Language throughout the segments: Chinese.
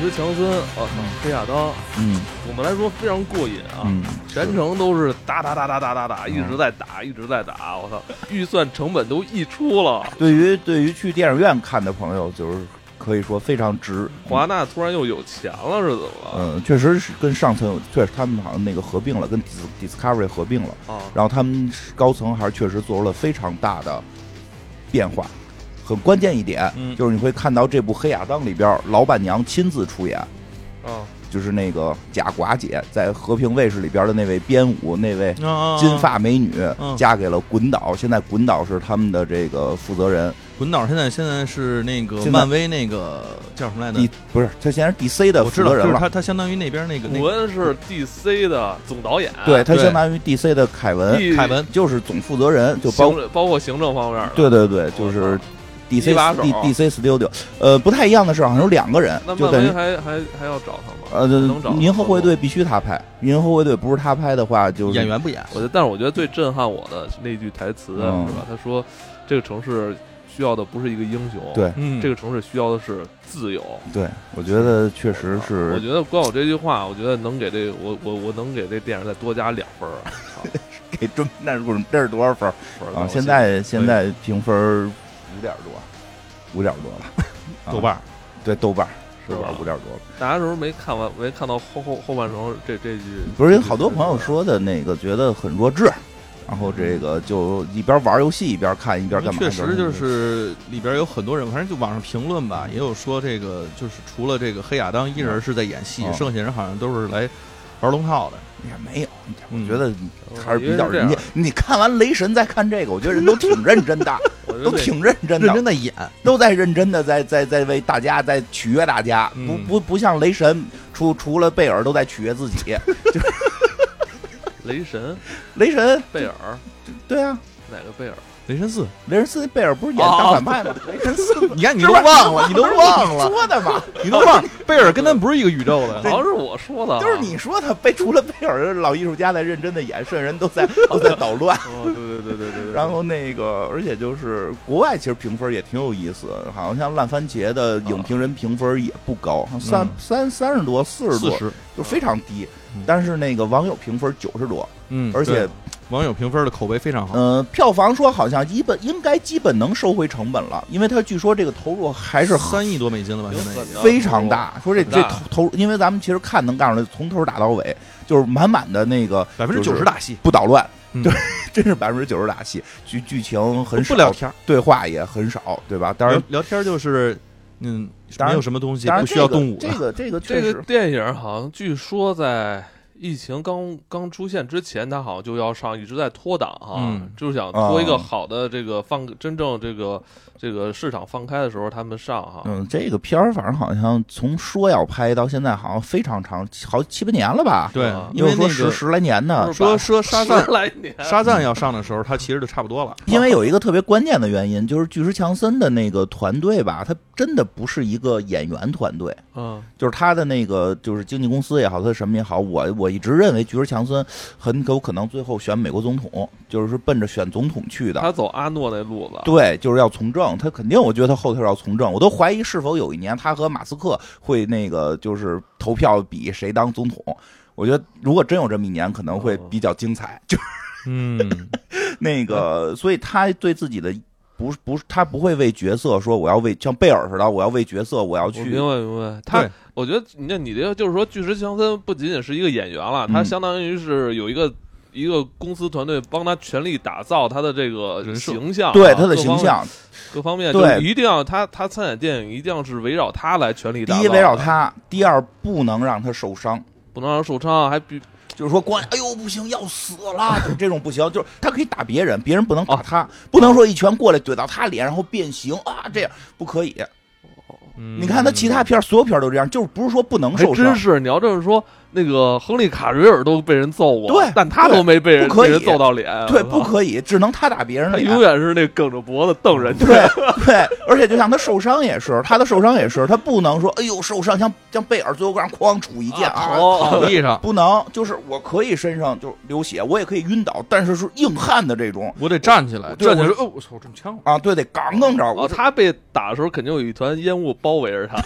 学强森，我操，黑亚当，嗯我们来说非常过瘾啊，嗯，全程都是打打打打打打打，一直在打，一直在打，我操，预算成本都溢出了。对于对于去电影院看的朋友，就是可以说非常值。华纳突然又有钱了，是怎么了？嗯，确实是跟上层有，确实他们好像那个合并了，跟 Dis- Discovery 合并了，啊，然后他们高层还是确实做出了非常大的变化。很关键一点、嗯就是你会看到这部《黑亚当》里边，老板娘亲自出演，啊，就是那个贾寡姐在和平卫视里边的那位编舞那位啊金发美女嗯嫁给了滚岛，现在滚岛是他们的这个负责人，滚岛现在现在是那个现在漫威那个叫什么来着第？不是他现在是 DC 的我负责知道，就人是了，他，他相当于那边那个那古个恩是 DC 的总导演，嗯对他对相当于 DC 的凯文，一凯文，就是总负责人，就包行政包括行政方面的。对对对，就我是操 DC 一把手 D DC Studio，呃，不太一样的是好像有两个人那，就漫等威于。还还还要找他吗？呃能找，到银河护卫队必须他拍，银河护卫队不是他拍的话，就是演员不演？我觉得，但是我觉得最震撼我的是那句台词啊嗯是吧？他说，这个城市需要的不是一个英雄，对嗯这个个城市需要的是自由。对，我觉得确实啊我是觉得光我这句话，我觉得能给这我我我能给这电影再多加两分儿啊给中那是这是多少分儿分儿啊？我现信在现在评分儿五点儿多，五点儿多了，啊豆瓣儿对豆瓣儿是豆瓣儿吧五点儿多了。大家是不是没看完，没看到后后后半程这这句？不是有好多朋友说的那个觉得很弱智，然后这个就一边玩游戏一边看一边因为干嘛？嗯确实就是里边有很多人，反正就网上评论嗯吧，也有说这个就是除了这个黑亚当一人是在演戏，嗯剩下人好像都是来玩龙套的。也没有，我嗯觉得我还是比因较为这人样家。你看完《雷神》再看这个，我觉得人都挺认真 的，我觉得都那挺认真的，认真的演，都在认真的在在在为大家在取悦大家，嗯不不不像雷神，除除了贝尔都在取悦自 己。雷神雷神，贝尔对啊，哪个贝尔？雷神四，雷神四贝尔不是演大反派吗？雷神四你看你这都不是忘哦 了，你都忘你了，说的嘛，你都忘了，贝尔跟他们不是一个宇宙的好。像是我说的啊，都是你说的。贝除了贝尔老艺术家在认真的演，剩下人都 在都在捣乱。哦。对对对对对对。然后那个，而且就是国外其实评分也挺有意思，好像烂番茄的影评人评分也不高，三嗯三三十多、 四十四多，十，就非常低嗯。但是那个网友评分九十多，嗯，而且对网友评分的口碑非常好，嗯，票房说好像基本应该基本能收回成本了，因为他据说这个投入还是很三亿多美金了吧？挺现在已狠经的非常大。说这很这大投投，因为咱们其实看能干出来，从头打到尾，就是满满的那个百分之九十打戏，不捣乱，嗯对，真是百分之九十打戏，剧剧情很少不，聊天儿，对话也很少，对吧？当然聊。聊天儿就是嗯，嗯当然没有什么东西当然不需要动武这的，个这个这这个确个实，电影好像据说在疫情刚刚出现之前，它好像就要上，一直在拖档哈，嗯就是想拖一啊个好的这个放真正这个这个市场放开的时候，他们上哈。嗯，这个片儿反正好像从说要拍到现在，好像非常长，好七八年了吧？对啊，因为又说那十个十来年呢，说说沙赞十来年，沙赞要上的时候，他其实就差不多了， 因为有一个特别关键的原因，就是巨石强森的那个团队吧，他真的不是一个演员团队，嗯，就是他的那个就是经纪公司也好，他什么也好，我我一直认为巨石强森很有可能最后选美国总统，就是奔着选总统去的。他走阿诺那路子，嗯对，就是要从政，他肯定，我觉得他后头要从政，我都怀疑是否有一年他和马斯克会那个就是投票比谁当总统。我觉得如果真有这么一年，可能会比较 精彩。就嗯，那个，所以他对自己的不是不是他不会为角色说我要为像贝尔似的，我要为角色我要我去明白明白。他对，我觉得你那你这个就是说，巨石强森不仅仅是一个演员了，嗯他相当于是有一个。一个公司团队帮他全力打造他的这个人设形象啊，对他的各形方面象，各方面，对就一定要他他参演电影，一定要是围绕他来全力打造。啊第一围绕，他，第二不能让他受伤，不能让受伤，还比就是说光哎呦不行要死了，就这种不行，就是他可以打别人，别人不哦能打他，不能说一拳过来怼到他脸，然后变形啊这样不可以。你嗯你看他其他片儿所有片儿都这样，就是不是说不能还受真伤。是你要这么说，那个亨利卡瑞尔都被人揍过，对但他都没被人不可被以人揍到脸，对，我不靠，可以，只能他打别人他脸。永远是那梗着脖子瞪人家。啊对对，而且就像他受伤也是，他的受伤也是，他不能说哎呦受伤，像像贝尔最后让哐杵一剑啊啊，头跑地上，不能，就是我可以身上就流血，我也可以晕倒，但是是硬汉的这种我得站起来，对站起来我，哦，我操，中枪了，啊，对，得刚刚 着，哦，我 他被打的时候肯定有一团烟雾包围着他，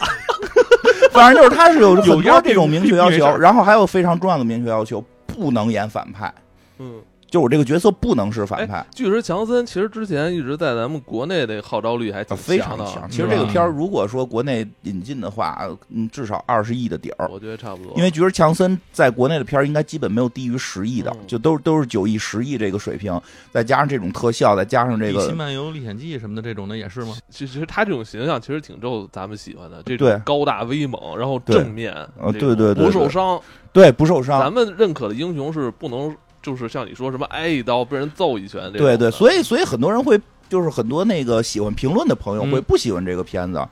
反正就是他是有有很样多这种明确要求，然后还有非常重要的明确要求，不能演反派，嗯，就我这个角色不能是哎反派。巨石强森其实之前一直在咱们国内的号召力还啊挺非常的啊，强，是其实这个吧片儿如果说国内引进的话，嗯，至少二十亿的底儿，我觉得差不多，因为菊儿强森在国内的片儿应该基本没有低于十亿的嗯，就都是都是九亿、十亿这个水平，再加上这种特效，再加上这地心个漫游历险记》什么的这种的也是吗？其实他这种形象其实挺受咱们喜欢的，这对种高大威猛，然后正面，这种呃对对对不对啊受伤。对不受咱伤，们认可的英雄是不能，就是像你说什么挨一刀被人揍一拳这种对的。对，所以所以很多人会就是很多那个喜欢评论的朋友嗯会不喜欢这个片子，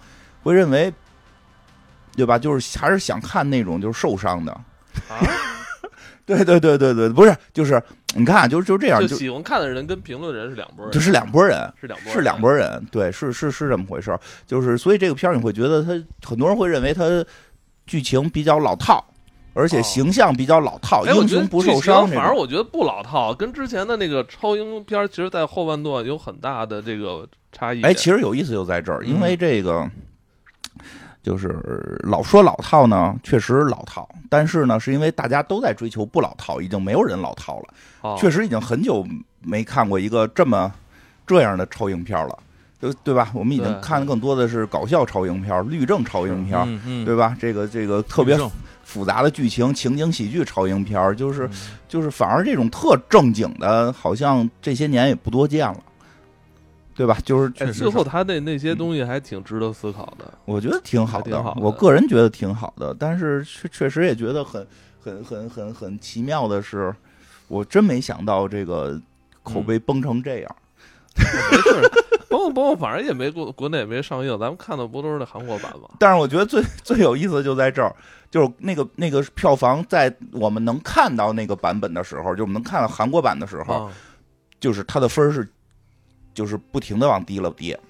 会认为。对吧？就是还是想看那种就是受伤的。啊，对对对对对，不是，就是你看，啊就是就是这样，就就喜欢看的人跟评论人是两拨人，就是两拨人。是两拨是两拨人，对，是是是这么回事儿。就是所以这个片儿你会觉得它很多人会认为它剧情比较老套，而且哦形象比较老套，哎，我英觉得雄不受剧情伤这反而种。我觉得不老套，跟之前的那个超英片儿，其实在后半段有很大的这个差异。哎，其实有意思就在这儿，因为这个。就是老说老套呢，确实老套，但是呢，是因为大家都在追求不老套，已经没有人老套了。哦确实已经很久没看过一个这么这样的超英片了，对对吧？我们已经对看的更多的是搞笑超英片、律政超英片，嗯嗯，对吧？这个这个特别正复杂的剧情、情景喜剧超英片，就是嗯就是反而这种特正经的，好像这些年也不多见了，对吧？就是哎确实最后他那那些东西还挺值得思考的。我觉得挺好还挺好的我个人觉得挺好的，但是确确实也觉得很很很很很奇妙的是，我真没想到这个口碑崩成这样。嗯没事儿，甭管甭管，反正也没国国内也没上映，咱们看的不都是那韩国版吗？但是我觉得最最有意思就在这儿，就是那个那个票房在我们能看到那个版本的时候，就我们能看到韩国版的时候，啊，就是它的分儿是就是不停的往低了跌。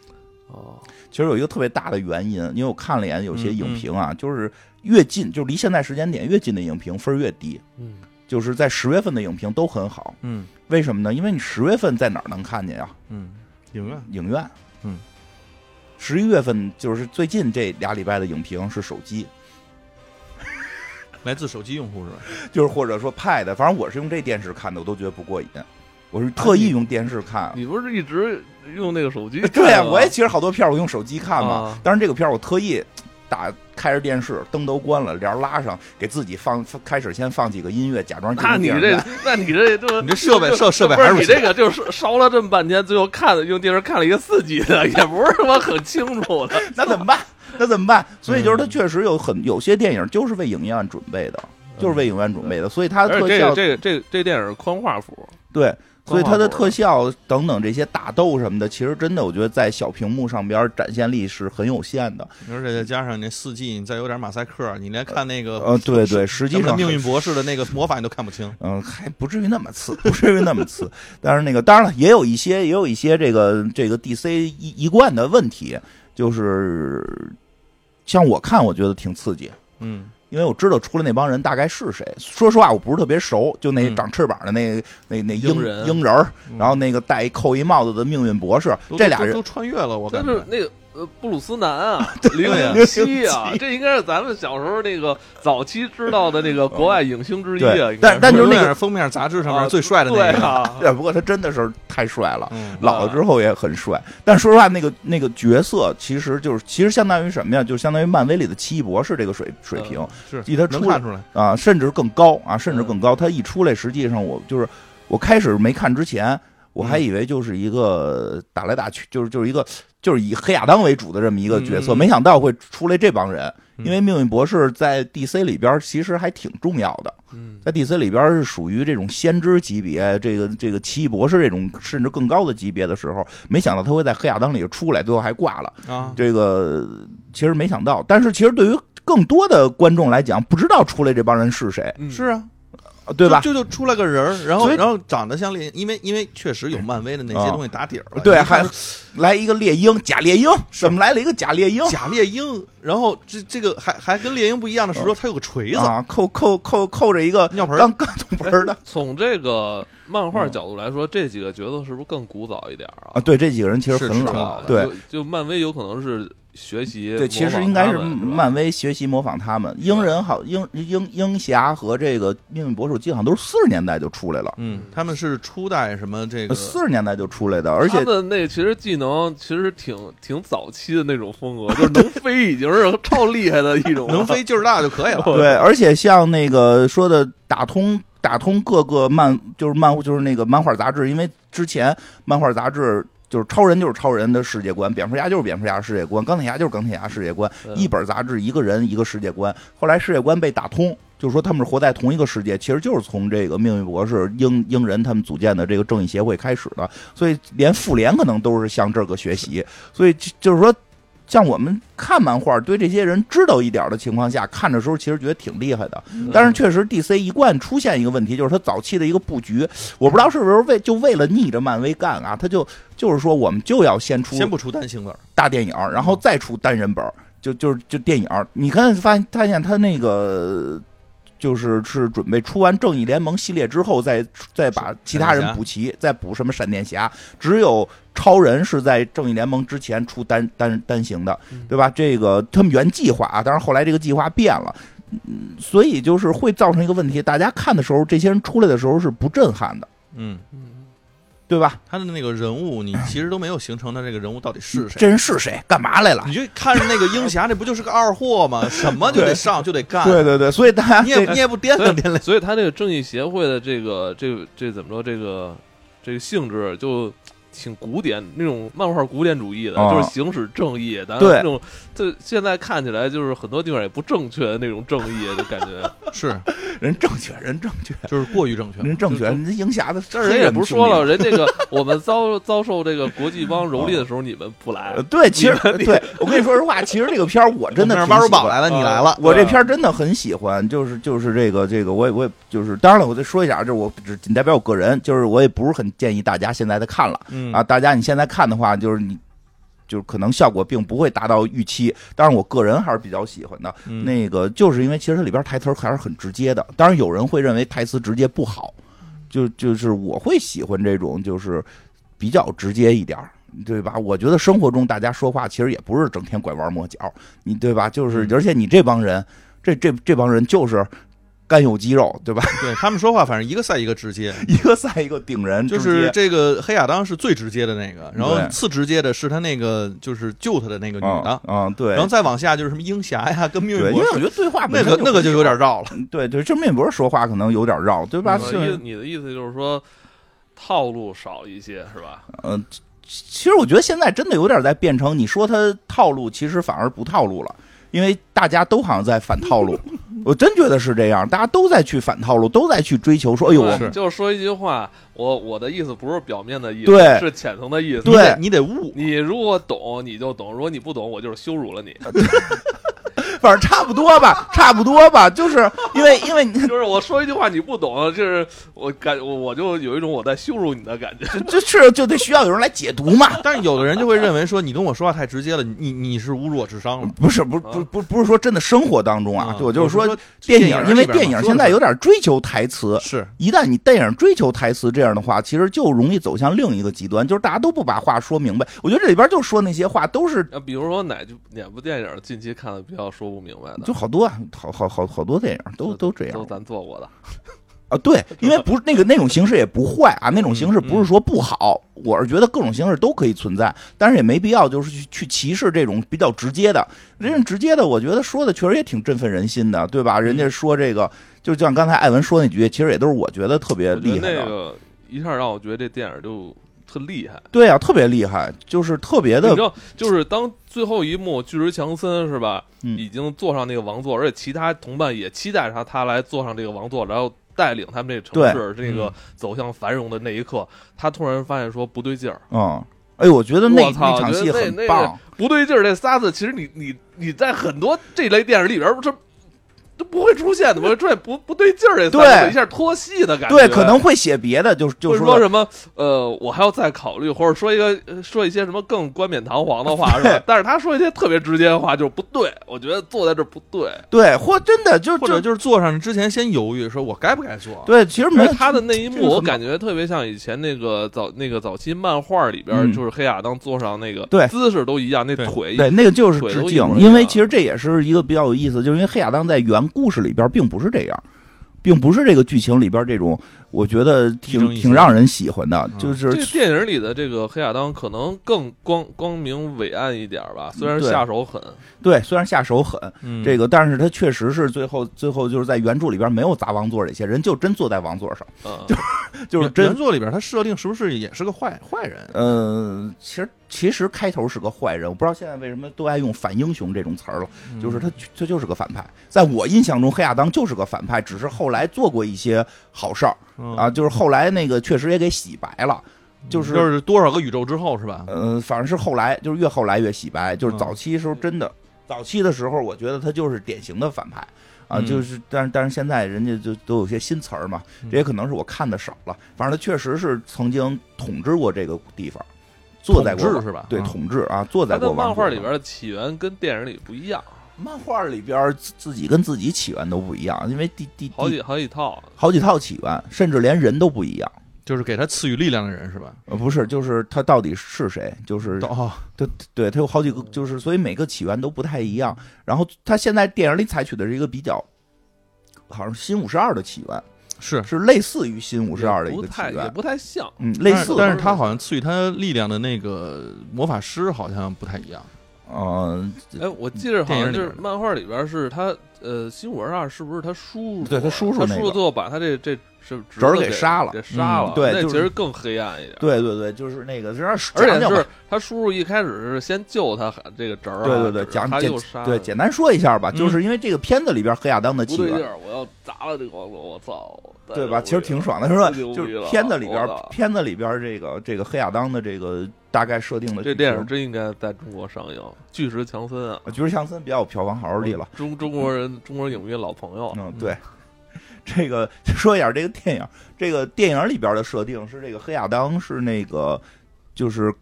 哦，其实有一个特别大的原因，因为我看了一眼有嗯些影评啊，就是越近就离现在时间点越近的影评分儿越低，嗯，就是在十月份的影评都很好。嗯为什么呢？因为你十月份在哪儿能看见呀、嗯，影院影院。嗯，十一月份就是最近这俩礼拜的影评是手机。 来自手机用户是吧？就是或者说 Pad，反正我是用这电视看的，我都觉得不过瘾。我是特意用电 视啊看。？你不是一直用那个手机对呀、呀，我也其实好多片儿我用手机看嘛啊，但是这个片儿我特意打开着电视，灯都关了，帘儿拉上，给自己放放开始先放几个音乐，假装进入那你电视这台，那你这就你这设备设设备不还是是不你行这个就是烧了这么半天，最后看了用电视看了一个四 G 的，也不是他妈很清楚的。 那怎 么办？那怎么办？嗯所以就是它确实有很有些电影就是为影院准备的，就是为影院准备的，所以它的嗯而且特这效个这个这个这电影宽画幅，对，所以它的光滑特效等等这些打斗什么的，其实真的我觉得在小屏幕上边儿展现力是很有限的。而且再加上你那四 G，你再有点马赛克，你连看那个呃，对对，实际什么上命运还博士的那个魔法你都看不清。嗯，还不至于那么次， 不至于那么次。但是那个，当然了，也有一些，也有一些这个这个 DC 一一贯的问题，就是像我看，我觉得挺刺激，嗯，因为我知道出来那帮人大概是谁。说实话，我不是特别熟，就那嗯长翅膀的那、那那鹰鹰人鹰人儿，嗯然后那个戴一扣一帽子的命运博士，都这俩都人都穿越了，我这感是觉。那个呃布鲁斯南啊，零 对零七啊007，这应该是咱们小时候那个早期知道的那个哦国外影星之一啊。对应该是但就是那个永远封面杂志上面最帅的那对个。啊， 对，不过他真的是太帅了。嗯，老了之后也很帅，但说实话，那个那个角色其实就是其实相当于什么呀？就相当于漫威里的奇异博士这个水嗯水平，是记得能出来看出来。啊，甚至更高啊，甚至嗯更高。他一出来，实际上我就是我开始没看之前，我嗯还以为就是一个打来打去，就是就是一个就是以黑亚当为主的这么一个角色，嗯嗯嗯没想到会出来这帮人。嗯因为命运博士在 DC 里边其实还挺重要的，嗯，在 DC 里边是属于这种先知级别，这个这个奇异博士这种甚至更高的级别的时候，没想到他会在黑亚当里出来，最后还挂了。啊，这个其实没想到，但是其实对于更多的观众来讲，不知道出来这帮人是谁，嗯是啊，呃对吧？就就就出来个人儿，然后所以然后长得像猎，因为因为确实有漫威的那些啊东西打底儿了，对，你看还来一个猎鹰，假猎鹰，怎么来了一个假猎鹰？假猎鹰，然后这这个还还跟猎鹰不一样的是说，它有个锤子，啊，扣扣扣扣着一个尿 盆儿哎刚刚桶盆儿的从这个漫画角度来说，这几个角色是不是更古早一点儿啊，啊？对，这几个人其实是很是是啊挺老，吧老的对，就就漫威有可能是学习模仿他们。对，其实应该是是吧漫威学习模仿他们。鹰人好，鹰鹰鹰侠和这个命运博士基本上都是四十年代就出来了，嗯，他们是初代什么这个四十年代就出来的，而且他们那其实技能其实挺挺早期的那种风格，就是能飞已经是 超厉害的一种了，能飞劲儿大就可以了。 对对，而且像那个说的打通打通各个漫就是漫就是那个漫画杂志，因为之前漫画杂志。就是超人就是超人的世界观，蝙蝠侠就是蝙蝠侠世界观，钢铁侠就是钢铁侠世界观，对一本杂志一个人一个世界观。后来世界观被打通，就是说他们是活在同一个世界，其实就是从这个命运博士、英英人他们组建的这个正义协会开始的。所以连复联可能都是向这个学习。所以就就是说，像我们看漫画，对这些人知道一点儿的情况下，看的时候其实觉得挺厉害的。嗯但是确实，DC 一贯出现一个问题，就是它早期的一个布局，我不知道是不是为就为了逆着漫威干啊，他就就是说我们就要先出先不出单行本儿，大电影嗯儿，然后再出单人本儿，就就是就电影儿。你看发现发现他那个。就是是准备出完正义联盟系列之后再，再把其他闪电人侠补齐，再补什么闪电侠，只有超人是在正义联盟之前出单单单行的嗯，对吧？这个他们原计划啊，当然后来这个计划变了，嗯，所以就是会造成一个问题，大家看的时候，这些人出来的时候是不震撼的，嗯，嗯对吧？他的那个人物你其实都没有形成他这个人物到底是谁。这人是谁？干嘛来了你？就看着那个鹰侠，这不就是个二货 吗？什么就得上就得干，对对对，所以大家你也这你也不掂所量掂 量以，。所以他这个正义协会的这个这个这怎么说这个这个性质就挺古典那种漫画古典主义的，啊就是行使正义，但是对那种这现在看起来就是很多地方也不正确的那种正义，就感 觉是，人正确，人正确。就是过于正确。人正确，就人家赢侠的这人也不是说了，人这个 我们遭遭受这个国际帮蹂躏的时候，你们不来呃，，对，其实 对我跟你说实话，其实这个片儿我真的我们那儿挺挖出喜欢宝来了，嗯你啊来了，我这片儿真的很喜欢，就是就是这个这个，我也我也就是，当然了，我再说一下，啊就是我只仅代表我个人，就是我也不是很建议大家现在再看了嗯啊，，大家你现在看的话，就是你。就是可能效果并不会达到预期，但是我个人还是比较喜欢的。嗯那个就是因为其实它里边台词还是很直接的，当然有人会认为台词直接不好，就就是我会喜欢这种就是比较直接一点儿。对吧？我觉得生活中大家说话其实也不是整天拐弯抹角，你对吧？就是嗯而且你这帮人，这这这帮人就是干有肌肉，对吧？ 对他们说话，反正一个赛一个直接。一个赛一个顶人，就直是接这个黑亚当是最直接的那个，然后对次直接的是他那个就是救他的那个女嗯的，嗯对，然后再往下就是什么鹰侠呀，跟命对，运因为博我士觉得对话那本身个那个就有点绕了。对对，这面博士说话可能有点绕，对吧？嗯就你是的你的意思就是说套路少一些是吧？嗯，其实我觉得现在真的有点在变成，你说他套路，其实反而不套路了，因为大家都好像在反套路。我真觉得是这样，大家都在去反套路，都在去追求说，哎呦，我对就是说一句话，我我的意思不是表面的意思，对是浅层的意思。对你得你得悟，你如果懂你就懂，如果你不懂，我就是羞辱了你。啊反正差不多吧，差不多吧，就是因为因为你就是我说一句话你不懂，就是我感我我就有一种我在羞辱你的感 觉。这这是就得需要有人来解读嘛。但是有的人就会认为说你跟我说话太直接了，你你你是侮辱我智商了。不是，不不不不是说真的生活当中啊，嗯嗯就我就是说说电影，因为里边嘛电影说现的在是有点追求台词，是一旦你电影追求台词这样的话，其实就容易走向另一个极端，就是大家都不把话说明白。我觉得这里边就说那些话都是啊，比如说哪就哪部电影近期看的比较说不明白的，就好多啊，好好好好多电影都都这都样咱做过的。啊。 对，因为不是那个那种形式也不坏啊，那种形式嗯不是说不好，我是觉得各种形式都可以存在，但是也没必要就是去去歧视这种比较直接的。人家直接的，我觉得说的确实也挺振奋人心的，对吧？嗯人家说这个，就像刚才艾文说那几句，其实也都是我觉得特别我觉呃厉得害的。那个一下让我觉得这电影就特厉害。对啊，特别厉害，就是特别你的知道，就是当最后一幕巨石强森是吧，嗯已经坐上那个王座，而且其他同伴也期待着他来坐上这个王座，然后带领他们这个城市这嗯个走向繁荣的那一刻，他突然发现说不对劲儿，嗯，哎，我觉得那我操那场戏我觉得那很那棒，不对劲儿这仨字，其实你你你在很多这类电影里边儿不是。都不会出现的，我这不不对劲儿，这对三个字一下脱戏的感觉，对，可能会写别的，就是就会是说什么呃，我还要再考虑，或者说一个呃说一些什么更冠冕堂皇的话，是吧对？但是他说一些特别直接的话，就是不对，我觉得坐在这儿不对，对，或真的就或者就就是坐上之前先犹豫，说我该不该坐？对，其实没而有且他的那一这幕，个我很感觉特别像以前那个早那个早期漫画里边，嗯就是黑亚当坐上那个对姿势都一样，那对腿一对，那个就是腿致都一敬模，一因为样其实这也是一个比较有意思，就是因为黑亚当在原故事里边并不是这样，并不是这个剧情里边这种，我觉得正挺义挺让人喜欢的，嗯就是这电影里的这个黑亚当可能更光光明伟岸一点吧，虽然对下手狠，对，虽然下手狠，嗯这个，但是他确实是最后最后就是在原著里边没有砸王座这些人，就真坐在王座上，嗯， 就是原真原作里边他设定是不是也是个坏坏人？嗯，其实其实开头是个坏人，我不知道现在为什么都爱用反英雄这种词儿了，嗯就是他他就是个反派，在我印象中黑亚当就是个反派，只是后来做过一些好事儿嗯啊，，就是后来那个确实也给洗白了，就是就是多少个宇宙之后是吧？嗯，反正是后来就是越后来越洗白，就是嗯早期时候真的，早期的时候我觉得他就是典型的反派。啊，嗯就是，但是但是现在人家就都有些新词儿嘛，这也可能是我看的少了。反正他确实是曾经统治过这个地方，坐在过统治王是吧对，嗯统治啊，坐在他的过啊王漫画座里上边的起源跟电影里不一样，漫画里边自自己跟自己起源都不一样，因为第第好第几好几套，啊好几套起源，甚至连人都不一样。就是给他赐予力量的人是吧？呃，不是，就是他到底是谁？就是哦，对，它有好几个，就是所以每个起源都不太一样。然后它现在电影里采取的是一个比较，好像新五十二的起源，是，是类似于新五不十二的一不个起太也源，不太像，嗯，类但是似的，但是他好像赐予他力量的那个魔法师好像不太一样。嗯、哎，我记着好电影像里就是边的漫画里边是他呃，新五十二是不是他叔叔做的？对他叔他叔那叔个最后把他这这是侄侄儿子给杀了给杀嗯了，对那就其是实更黑暗一点。对对对，就是那个，然后而且讲讲吧是他叔叔一开始是先救他这个侄儿啊，对对对，只是讲他简又杀了，对简单说一下吧，嗯就是因为这个片子里边黑亚当的啊不起对源劲，儿，我要砸了这个王总，我操，对吧？其实挺爽。爽的，是吧？太牛逼就是了片子里边我操，片子里边这个这个黑亚当的这个大概设定的这剧电情影真应该在中国上映，巨石强森啊，我觉得强森比较有票房号召力了。中中国人中国影迷老朋友，嗯，对。 这个说一下这个电影，这个电影里边的设定是这个黑亚当是那个就是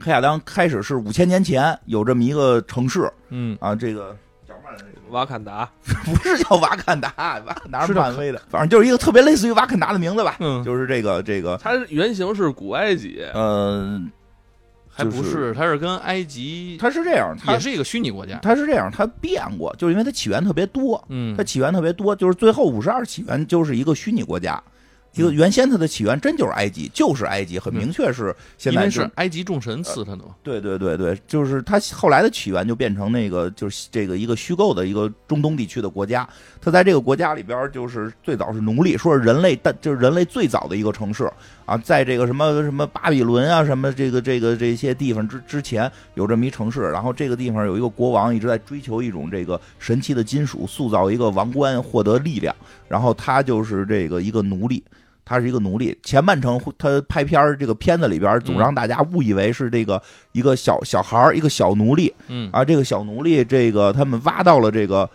黑亚当开始是五千年前有这么一个城市嗯，啊，这个叫嘛来着瓦坎达，不是叫瓦坎达，瓦坎达是是叫漫威的，反正就是一个特别类似于瓦坎达的名字吧，嗯就是这个这个它原型是古埃及，呃，还不，就是他是跟埃及，它是这样，它也是一个虚拟国家。它是这样，它变过，就是因为它起源特别多，啊嗯它，起源特别多，就是最后五十二起源就是一个虚拟国家，一个原先它的起源真就是埃及，就是埃及，很明确是现因在为就是埃及众神赐他的嘛。对对对对，就是它后来的起源就变成那个就是这个一个虚构的一个中东地区的国家，它在这个国家里边就是最早是奴隶，说是人类但就是人类最早的一个城市啊，在这个什么什么巴比伦啊什么这个这个这些地方之之前有这么一城市，然后这个地方有一个国王一直在追求一种这个神奇的金属，塑造一个王冠获得力量，然后他就是这个一个奴隶。他是一个奴隶，前半程他拍片儿这个片子里边儿总让大家误以为是这个一个小小孩儿，一个小奴隶嗯，啊，这个小奴隶，这个他们挖到了这个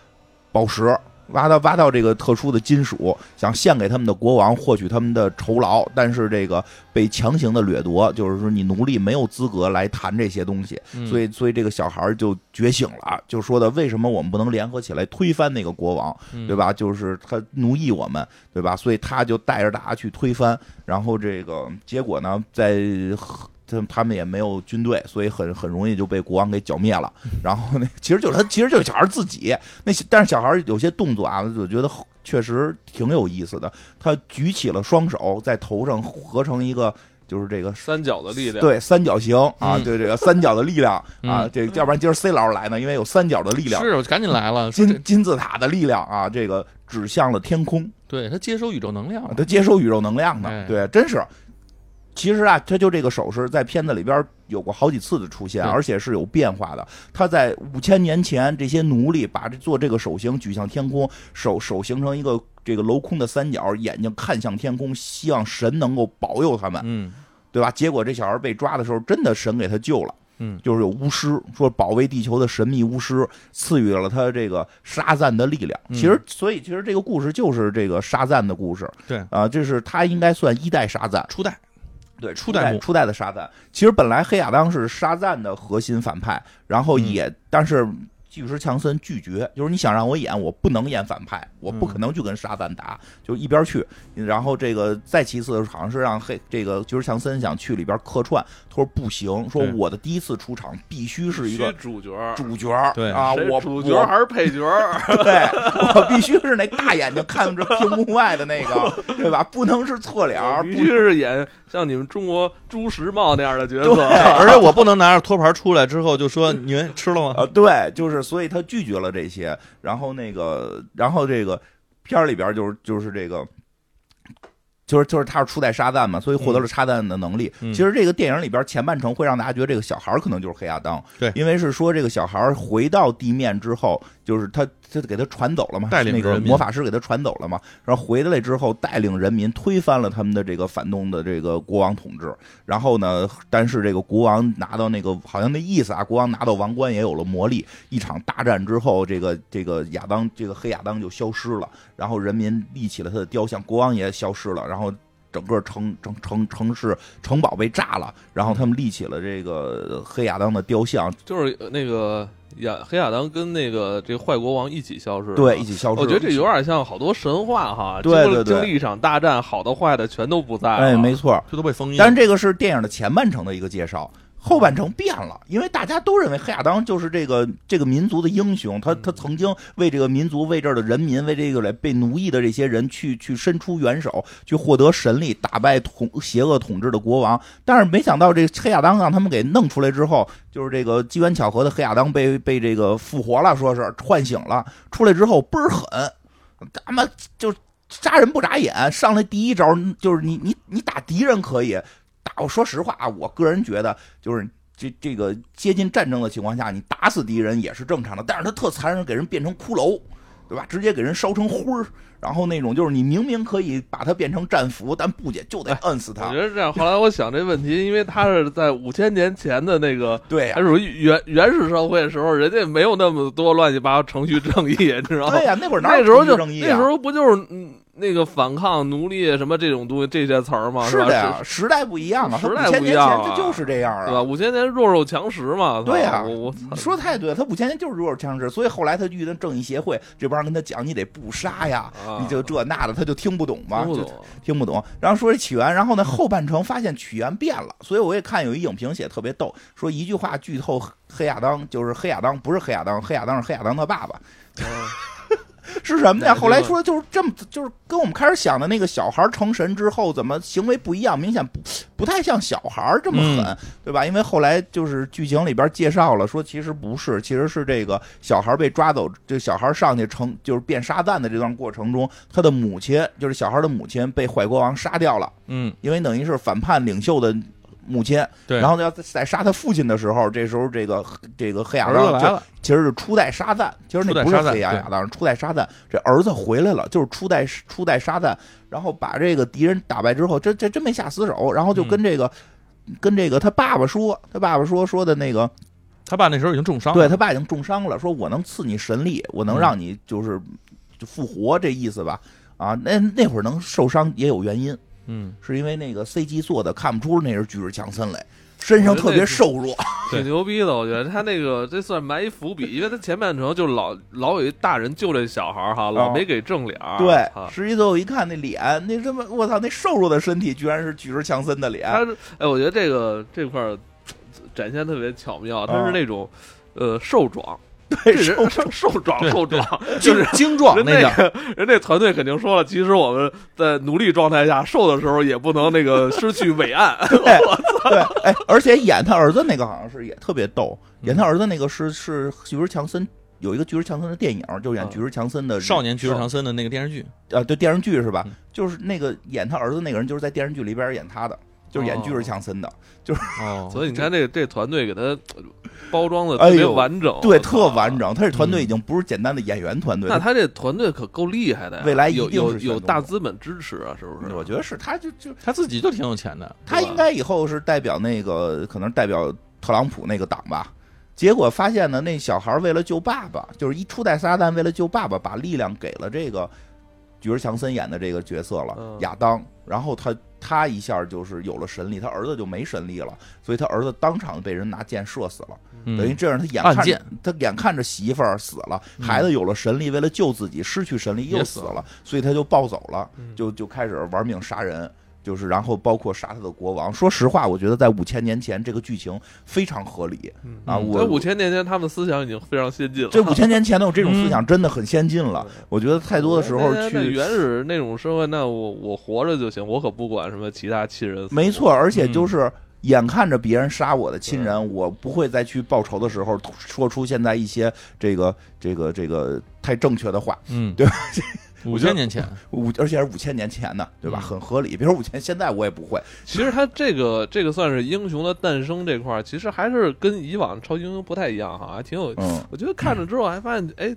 宝石，挖到挖到这个特殊的金属，想献给他们的国王，获取他们的酬劳，但是这个被强行的掠夺，就是说你奴隶没有资格来谈这些东西，嗯所以所以这个小孩儿就觉醒了，就说的为什么我们不能联合起来推翻那个国王？嗯对？吧？就是他奴役我们，对吧？所以他就带着大家去推翻，然后这个结果呢，在他他们也没有军队，所以很很容易就被国王给剿灭 了。然后那其实就是他，其实就是小孩自己。那些但是小孩有些动作啊，我觉得确实挺有意思的。他举起了双手，在头上合成一个。就是这个三角的力量，对三角形啊，嗯对这个三角的力量啊嗯，这要不然今儿 C 老师来呢，因为有三角的力量，是，我赶紧来了。 说这 金金字塔的力量啊，这个指向了天空。对他接收宇宙能量啊，他接收宇宙能量哎的，对，真是。其实啊，他就这个手势在片子里边有过好几次的出现，对而且是有变化的。他在五千年前，这些奴隶把这做这个手型举向天空，手手形成一个这个镂空的三角，眼睛看向天空，希望神能够保佑他们，嗯对吧？结果这小孩被抓的时候，真的神给他救了。嗯就是有巫师说保卫地球的神秘巫师赐予了他这个沙赞的力量。嗯其实，所以其实这个故事就是这个沙赞的故事对，啊，这是他应该算一代沙赞，初代，对，初初代代目初代的沙赞。其实本来黑亚当是沙赞的核心反派，然后嗯也、但是巨石强森拒绝，就是你想让我演，我不能演反派，我不嗯可能去跟沙赞打，就一边去。然后这个再其次好像是让黑这个巨石强森想去里边客串，他说不行，说对我的第一次出场必须是一必个须。主角，主角对啊，谁我主我哎角还是配角？ 对我必须是那大眼睛看着屏幕外的那个，对吧？不能是侧 脸儿，必不须是演像你们中国朱时茂那样的角色。 而且我不能拿着托盘出来之后就说你们吃了吗？啊，对，就是所以他拒绝了这些，然后那个，然后这个片儿里边儿就是就是这个。就是就是他是初代沙赞嘛，所以获得了沙赞的能力。嗯其实这个电影里边儿前半程会让大家觉得这个小孩儿可能就是黑亚当，对因为是说这个小孩儿回到地面之后，就是他他给他传走了嘛，带领那人个民魔法师给他传走了嘛，然后回来之后带领人民推翻了他们的这个反动的这个国王统治，然后呢，但是这个国王拿到那个好像那意思啊，国王拿到王冠也有了魔力。一场大战之后，这个这个亚当这个黑亚当就消失了，然后人民立起了他的雕像，国王也消失了，然后。整个城城城城市城堡被炸了，然后他们立起了这个黑亚当的雕像，就是那个亚黑亚当跟那个这坏国王一起消失。对，一。起消失。我觉得这有点像好多神话哈，对经历对对经历一场大战，好的坏的全都不在了。哎，没错。这都被封印了。但是这个是电影的前半程的一个介绍，后半程变了，因为大家都认为黑亚当就是这个这个民族的英雄，他他曾经为这个民族、为这儿的人民、为这个来被奴役的这些人去去伸出援手，去获得神力，打败统邪恶统治的国王。但是没想到这黑亚当让他们给弄出来之后，就是这个机缘巧合的黑亚当被被这个复活了，说是唤醒了，出来之后倍儿狠，他妈就。杀人不眨眼，上来第一招就是你你你打敌人可以，打我说实话啊，我个人觉得就是这这个接近战争的情况下，你打死敌人也是正常的，但是他特残忍，给人变成骷髅。对吧？直接给人烧成灰儿，然后那种就是你明明可以把他变成战俘，但不解就得摁死我他觉。得这样。后来我想这问题，因为他是在五千年前的那 个对哎呀、还属于原原始社会的时候，人家没有那么多乱七八糟程序正义，你知道吗对？呀、那会儿哪那有时候正就义正义那时啊？候不就是嗯那个反抗奴隶什么这种东西这些词儿吗？是吧的呀，，时代不一样啊，时代他五千不一年样前啊他就是这样是吧？啊。五千年弱肉强食嘛。对啊呀我我你说太对了，他五千年就是弱肉强食，所以后来他遇到正义协会这帮人跟他讲，你得不杀呀，啊你就这那的，他就听不懂嘛，听不就懂。嗯听不懂。然后说这起源，然后呢后半程发现起源变了，所以我也看有一影评写特别逗，说一句话剧透黑亚当，就是黑亚当不是黑亚当，黑亚当是黑亚当他爸爸啊是什么哪呀？个后来说就是这么，就是跟我们开始想的那个小孩成神之后怎么行为不一样，明显不不太像小孩这么狠，嗯对吧？因为后来就是剧情里边介绍了，说其实不是，其实是这个小孩被抓走，这小孩上去成就是变沙赞的这段过程中，他的母亲就是小孩的母亲被坏国王杀掉了。嗯，因为等于是反叛领袖的母亲，对然后要在杀他父亲的时候，这时候这个这个黑亚儿子当来了，其实是初代沙赞，其实初代那不是沙赞黑亚亚当，初代沙赞，这儿子回来了，就是初代初代沙赞，然后把这个敌人打败之后，这这真没下死手，然后就嗯跟这个、跟这个他爸爸说，他爸爸说说的那个，他爸那时候已经重伤了，对他爸已经重伤了，说我能赐你神力，我能嗯让你就是就复活，这意思吧？啊，那那会儿能受伤也有原因，嗯，是因为那个 CG 做的看不出那是巨石强森来，身上特别瘦弱。对挺牛逼的，我觉得他那个这算埋一伏笔，因为他前半程就老老有一大人救这小孩儿哈，老啊没给正脸儿。对啊，实际最后一看那脸，那这么我操，那瘦弱的身体居然是巨石强森的脸。他是哎，我觉得这个这块儿展现特别巧妙，他啊是那种呃瘦壮，这对，人瘦 瘦瘦壮对瘦壮， 就精是精壮人那那叫，个人那团队肯定说了，其实我们在奴隶状态下瘦的时候，也不能那 个失去伟岸。 对对，哎，而且演他儿子那个好像是也特别逗，演他儿子那个是是巨石强森。有一个巨石强森的电影，就演啊巨石强森的人少年巨石强森的那个电视剧，啊，对电视剧是吧嗯？就是那个演他儿子那个人，就是在电视剧里边演他的，就是演巨石强森的。哦所以你看这这团队给他呃包装的哎特别呦完整，对，我特操完。整。他这团队嗯已经不是简单的演员团队，啊那他这团队可够厉害的呀，未来一有定有是选有中大国资本支持啊，是不是？我觉得是他就就他自己就挺有钱的，他对吧应该以后是代表那个，可能代表特朗普那个党吧。结果发现呢，那小孩为了救爸爸，就是一初代撒旦为了救爸爸，把力量给了这个菊儿强森演的这个角色了嗯亚当，然后他他一下就是有了神力，他儿子就没神力了，所以他儿子当场被人拿箭射死了。等于嗯这样，他眼暗看着箭他眼看着媳妇儿死了，嗯孩子有了神力，为了救自己失去神力又也死死了了，所以他就暴走了，嗯就就开始玩命杀人，就是然后包括杀他的国王。说实话，我觉得在五千年前这个剧情非常合理嗯啊，嗯在我五千年前，他们思想已经非常先进了。这五千年前的这种思嗯想真的很先进了。我觉得太多的时 候那那那去原始那种社会，那我我活着就行，我可不管什么其他亲人。没，错，而且嗯就是眼看着别人杀我的亲人，我不会再去报仇的时候说出现在一些这个这个这个太正确的话， 嗯，对，五千年前，五而且是五千年前呢，对吧？嗯很合理。比如说五千，现在我也不会。其实他这个这个算是英雄的诞生这块儿，其实还是跟以往超级英雄不太一样哈，还挺有。嗯，我觉得看了之后还发现，哎，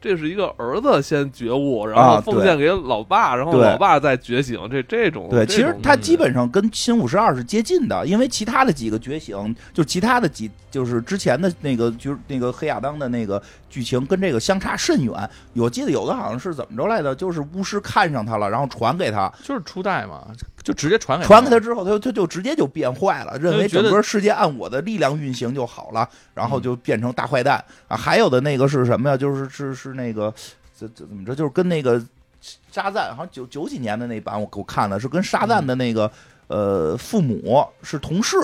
这是一个儿子先觉悟，然后奉献给老爸，然后啊对老爸再觉醒，这这种对，这其实种它东西基本上跟新五十二是接近的，因为其他的几个觉醒，就其他的几，就是之前的那个，就是那个黑亚当的那个剧情跟这个相差甚远。我记得有的好像是怎么着来的，就是巫师看上他了，然后传给他，就是初代嘛，就直接传给传给他之后，他就他就直接就变坏了，认为觉整得嗯个世界按我的力量运行就好了，然后就变成大坏蛋啊。还有的那个是什么呀？就是是是那个怎怎怎么着？就是跟那个沙赞，好像九九几年的那版我我看了，是跟沙赞的那个呃父母是同事。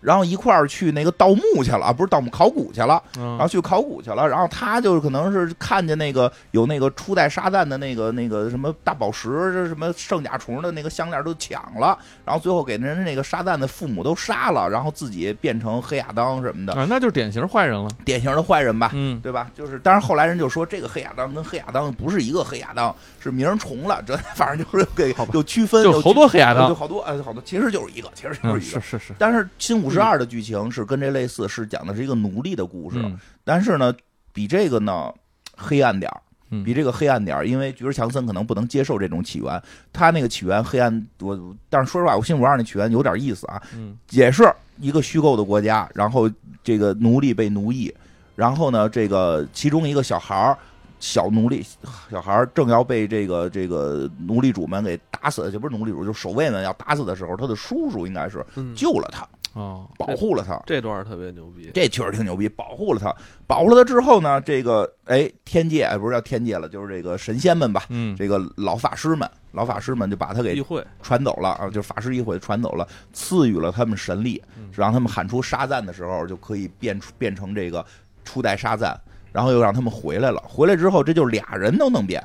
然后一块儿去那个盗墓去了，啊不是盗墓考古去了，然嗯后去考古去了。然后他就是可能是看见那个有那个初代沙赞的那个那个什么大宝石，这什么圣甲虫的那个项链都抢了，然后最后给人家那个沙赞的父母都杀了，然后自己变成黑亚当什么的，啊，那就是典型坏人了，典型的坏人吧。嗯，对吧？就是，当然后来人就说这个黑亚当跟黑亚当不是一个黑亚当，是名儿重了，这 反正就是给有区分，就有好区多黑亚就当，好多呃好多，其实就是一个，其实就嗯，是一个。是嗯是是，但是《新五十二》的剧情是跟这类似，是讲的是一个奴隶的故事，嗯但是呢，比这个呢黑暗点儿嗯，比这个黑暗点儿，因为菊儿强森可能不能接受这种起源，他那个起源黑暗，我但是说实话，我新五二那起源有点意思啊，嗯也是一个虚构的国家，然后这个奴隶被奴役，然后呢，这个其中一个小孩儿。小奴隶，小孩儿正要被这个这个奴隶主们给打死，就不是奴隶主，就守卫们要打死的时候，他的叔叔应该是嗯救了他，哦，保护了他。这段儿特别牛逼。这确实挺牛逼，保护了他，保护了他之后呢，这个哎，天界哎不是叫天界了，就是这个神仙们吧，嗯，这个老法师们，老法师们就把他议给会传走了啊，就是法师一会传走了，赐予了他们神力嗯，让他们喊出沙赞的时候就可以变出变成这个初代沙赞，然后又让他们回来了，回来之后这就俩人都能变。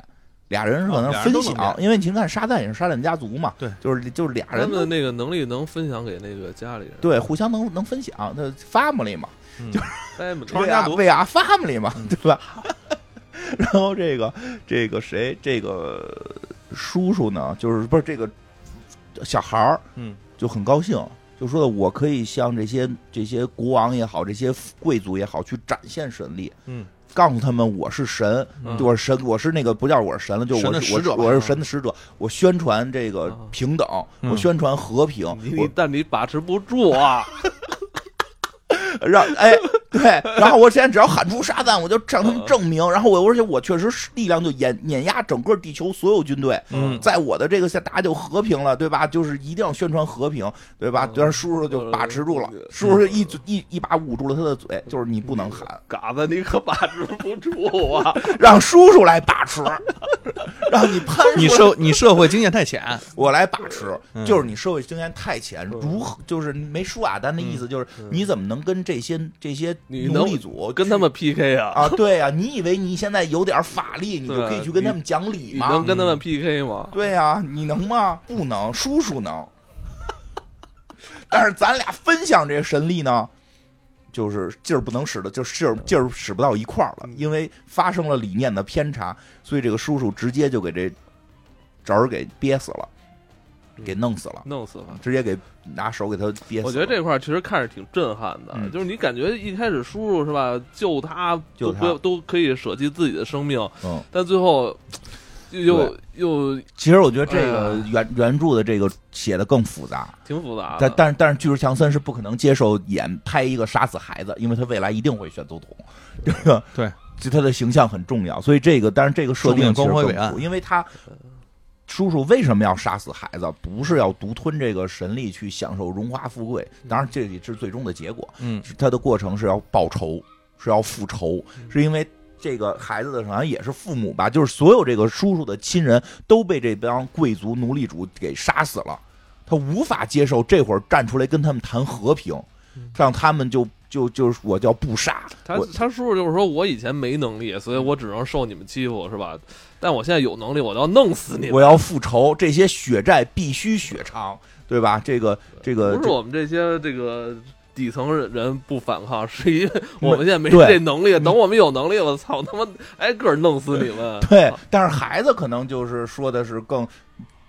俩人是可能哦俩人分都能享，变因为您看沙赞也是沙赞家族嘛，对，就是就是俩他人们的那个能力能分享给那个家里人，对互相能能分享，那 family 嘛，对，们为啊为啊 family 嘛，嗯对吧？ 然后这个这个谁这个叔叔呢，就是不是这个小孩儿嗯就很高兴，就说的我可以向这些这些国王也好，这些贵族也好，去展现神力，嗯，告诉他们我是神，嗯我是神，我是那个不叫我是神了，就神我的是我使是者吧我是神的使者，我宣传这个啊平等，我嗯宣传和平，你我你嗯但你把持不住 啊！让哎对，然后我现在只要喊出沙赞，我就让他嗯们证明，然后我而且我确实是力量就碾碾压整个地球所有军队，嗯在我的这个下大家就和平了，对吧？就是一定要宣传和平，对吧嗯？然后叔叔就把持住了嗯， 叔叔就一嘴一一把捂住了他的嘴，就是你不能喊，嘎子，你可把持不住 啊！让叔叔来把持， 让你喷你出来社你社会经验太浅，我来把持，嗯就是你社会经验太浅，嗯如何就是没说啊，但那意思就是你怎么能跟这些这些你奴能隶主跟他去们 PK 啊！啊，对呀、你以为你现在有点法力，你就对可以去跟他们讲理你吗能？跟他们 PK 吗？对呀、你能吗？不能，叔叔能。但是咱俩分享这神力呢，就是劲儿不能使的，就是劲儿劲儿使不到一块儿嗯了，因为发生了理念的偏差，所以这个叔叔直接就给这侄儿给憋死了，给弄死了，啊弄死他！直接给拿手给他憋嗯死了。我觉得这块儿其实看着挺震撼的，嗯就是你感觉一开始叔叔是吧，救他救都他不要都可以舍弃自己的生命，嗯，但最后又又其实我觉得这哎个原原著的这个写的更复杂，挺复啊杂但的。但是但是巨石强森是不可能接受演拍一个杀死孩子，因为他未来一定会选总统，这个对， 就他的形象很重要，所以这个但是这个设定其实生命光辉更伟岸酷因为他。叔叔为什么要杀死孩子？不是要独吞这个神力去享受荣华富贵，当然这也是最终的结果。嗯，他的过程是要报仇，是要复仇，是因为这个孩子的好像也是父母吧，就是所有这个叔叔的亲人都被这帮贵族奴隶主给杀死了，他无法接受，这会儿站出来跟他们谈和平，让他们就就就是我叫不杀，嗯他我他叔叔就是说我以前没能力，所以我只能受你们欺负，是吧？但我现在有能力，我要弄死你们。我要复仇，这些血债必须血偿，对吧？这个这个呃不是呃这我们这些这个底层人不反抗， 是因为我们现在没对嗯这能力。等我们有能力，我操他妈挨个儿弄死你们！对，但是孩子可能就是说的是更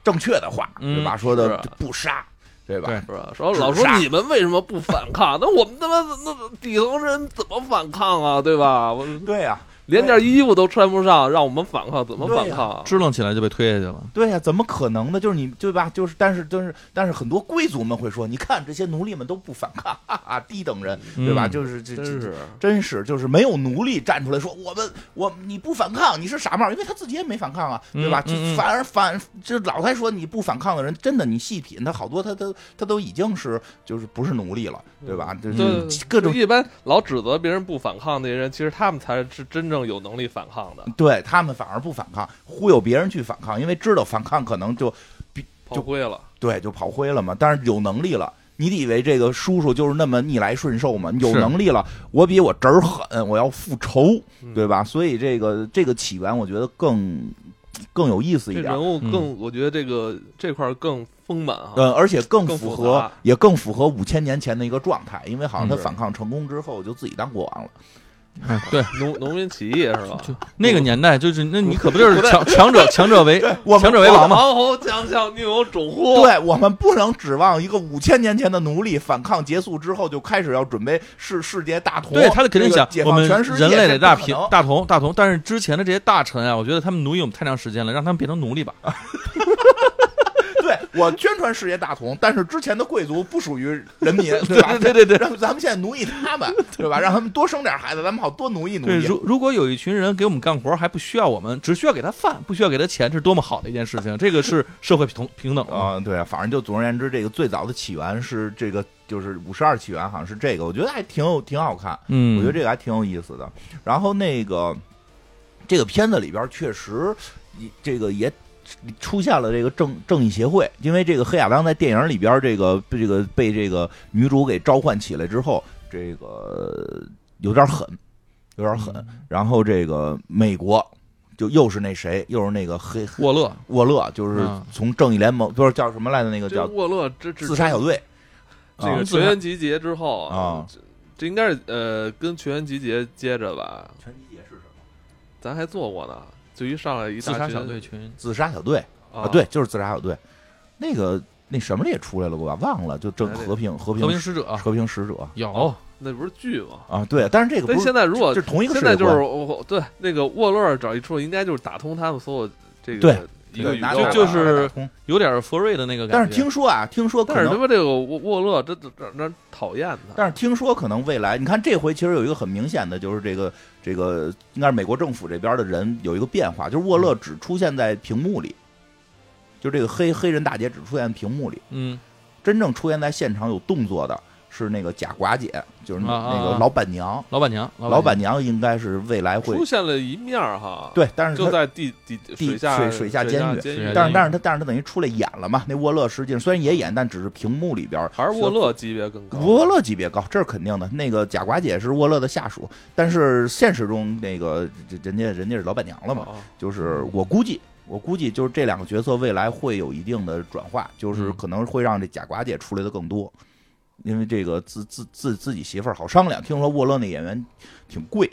正确的话，嗯对吧？说的是啊不杀，对吧？对是吧？说是啊老说杀你们为什么不反抗？那我们他妈那底层人怎么反抗啊？对吧？我对啊呀、连件衣服都穿不上，让我们反抗怎么对呀反抗啊？支棱起来就被推下去了。对呀、怎么可能呢？就是你对吧？就是但是但是但是很多贵族们会说，你看这些奴隶们都不反抗，哈哈，低等人对吧？嗯就是这这真是。真是就是没有奴隶站出来说我们我你不反抗你是傻帽，因为他自己也没反抗啊，嗯对吧？嗯嗯就反而反这老太说你不反抗的人，真的你细品，他好多他都他都已经是就是不是奴隶了，对吧？就对是嗯各种就一般老指责别人不反抗那些人，其实他们才是真正有能力反抗的。对他们反而不反抗，忽悠别人去反抗，因为知道反抗可能就跑灰了，对，就跑灰了嘛。但是有能力了，你得以为这个叔叔就是那么逆来顺受嘛？有是能力了，我比我侄儿狠，我要复仇，嗯对吧？所以这个这个起源，我觉得更更有意思这一嗯点人。物更，我觉得这个这块儿更丰满啊。呃，而且更更复符合杂，也更符合五千年前的一个状态，因为好像他是反抗成功之后就自己当国王了。哎，对，农农民起义是吧？那个年代就是，那你可 不就是强强者强者 为我们强者为王嘛？王侯将相哦宁有种乎？对我们不能指望一个五千年前的奴隶反抗结束之后就开始要准备世世界大同，对他肯定这个想解我放们全世界，人这类得不大可平能大同大同，但是之前的这些大臣啊，我觉得他们奴役我们太长时间了，让他们变成奴隶吧。 对我宣传世界大同，但是之前的贵族不属于人 民，对吧？对对对对，让咱们现在奴役他们，对吧？让他们多生点孩子，咱们好多奴役奴啊对，役。如如果有一群人给我们干活，还不需要我们，只需要给他饭，不需要给他钱，这是多么好的一件事情！这个是社会平平等啊。啊、对，反正就总而言之，这个最早的起源是这个，就是五十二起源，好像是这个，我觉得还挺有挺好看，嗯，我觉得这个还挺有意思的。然后那个这个片子里边确实，一这个也出现了这个正正义协会，因为这个黑亚当在电影里边这个这个被这个女主给召唤起来之后，这个有点狠，有点狠。嗯然后这个美国就又是那谁，又是那个黑沃勒，沃勒，就是嗯从正义联盟不是叫什么来的那个这叫沃勒这这自杀小队。这啊个全员集结之后啊，这这应该是呃跟全员集结接着吧，拳击节是什么？咱还做过呢，就一上来一自大杀群小队群，自杀小队啊，啊，对，就是自杀小队。那个那什么的也出来了吧？忘了，就正哎对和平和和平平使者啊和平使者有，那不是剧吗？啊，对，但是这个但不是现在如果这是同一个现世在界就观，是我对那个沃勒找一出，应该就是打通他们所有这对个一个对宇拿宙拿吧，就拿是打通有点佛瑞的那个感觉。但是听说啊，听说可但是他能，妈这个沃沃勒真的让人讨厌他，但是听说可能未来，你看这回其实有一个很明显的，就是这个这个应该是美国政府这边的人有一个变化，就是沃嗯勒只出现在屏幕里，就这个黑黑人大姐只出现屏幕里，嗯，真正出现在现场有动作的是那个假寡姐，就是那啊啊啊那个老板娘，老板娘，老板板娘应该是未来会出现了一面儿哈，，对，但是就她在地地水下水水下监狱监水下但是监狱但是他但是他等于出来演了嘛？那沃勒实际上虽然也演，但只是屏幕里边儿还是沃勒级别更高。沃勒级别高，这是肯定的。那个贾寡姐是沃勒的下属，但是现实中那个这人家人家是老板娘了嘛，啊就是我估计。我估计就是这两个角色未来会有一定的转化，就是嗯可能会让这贾寡姐出来的更多，因为这个自自自自己媳妇儿好商量。听说沃勒那演员挺贵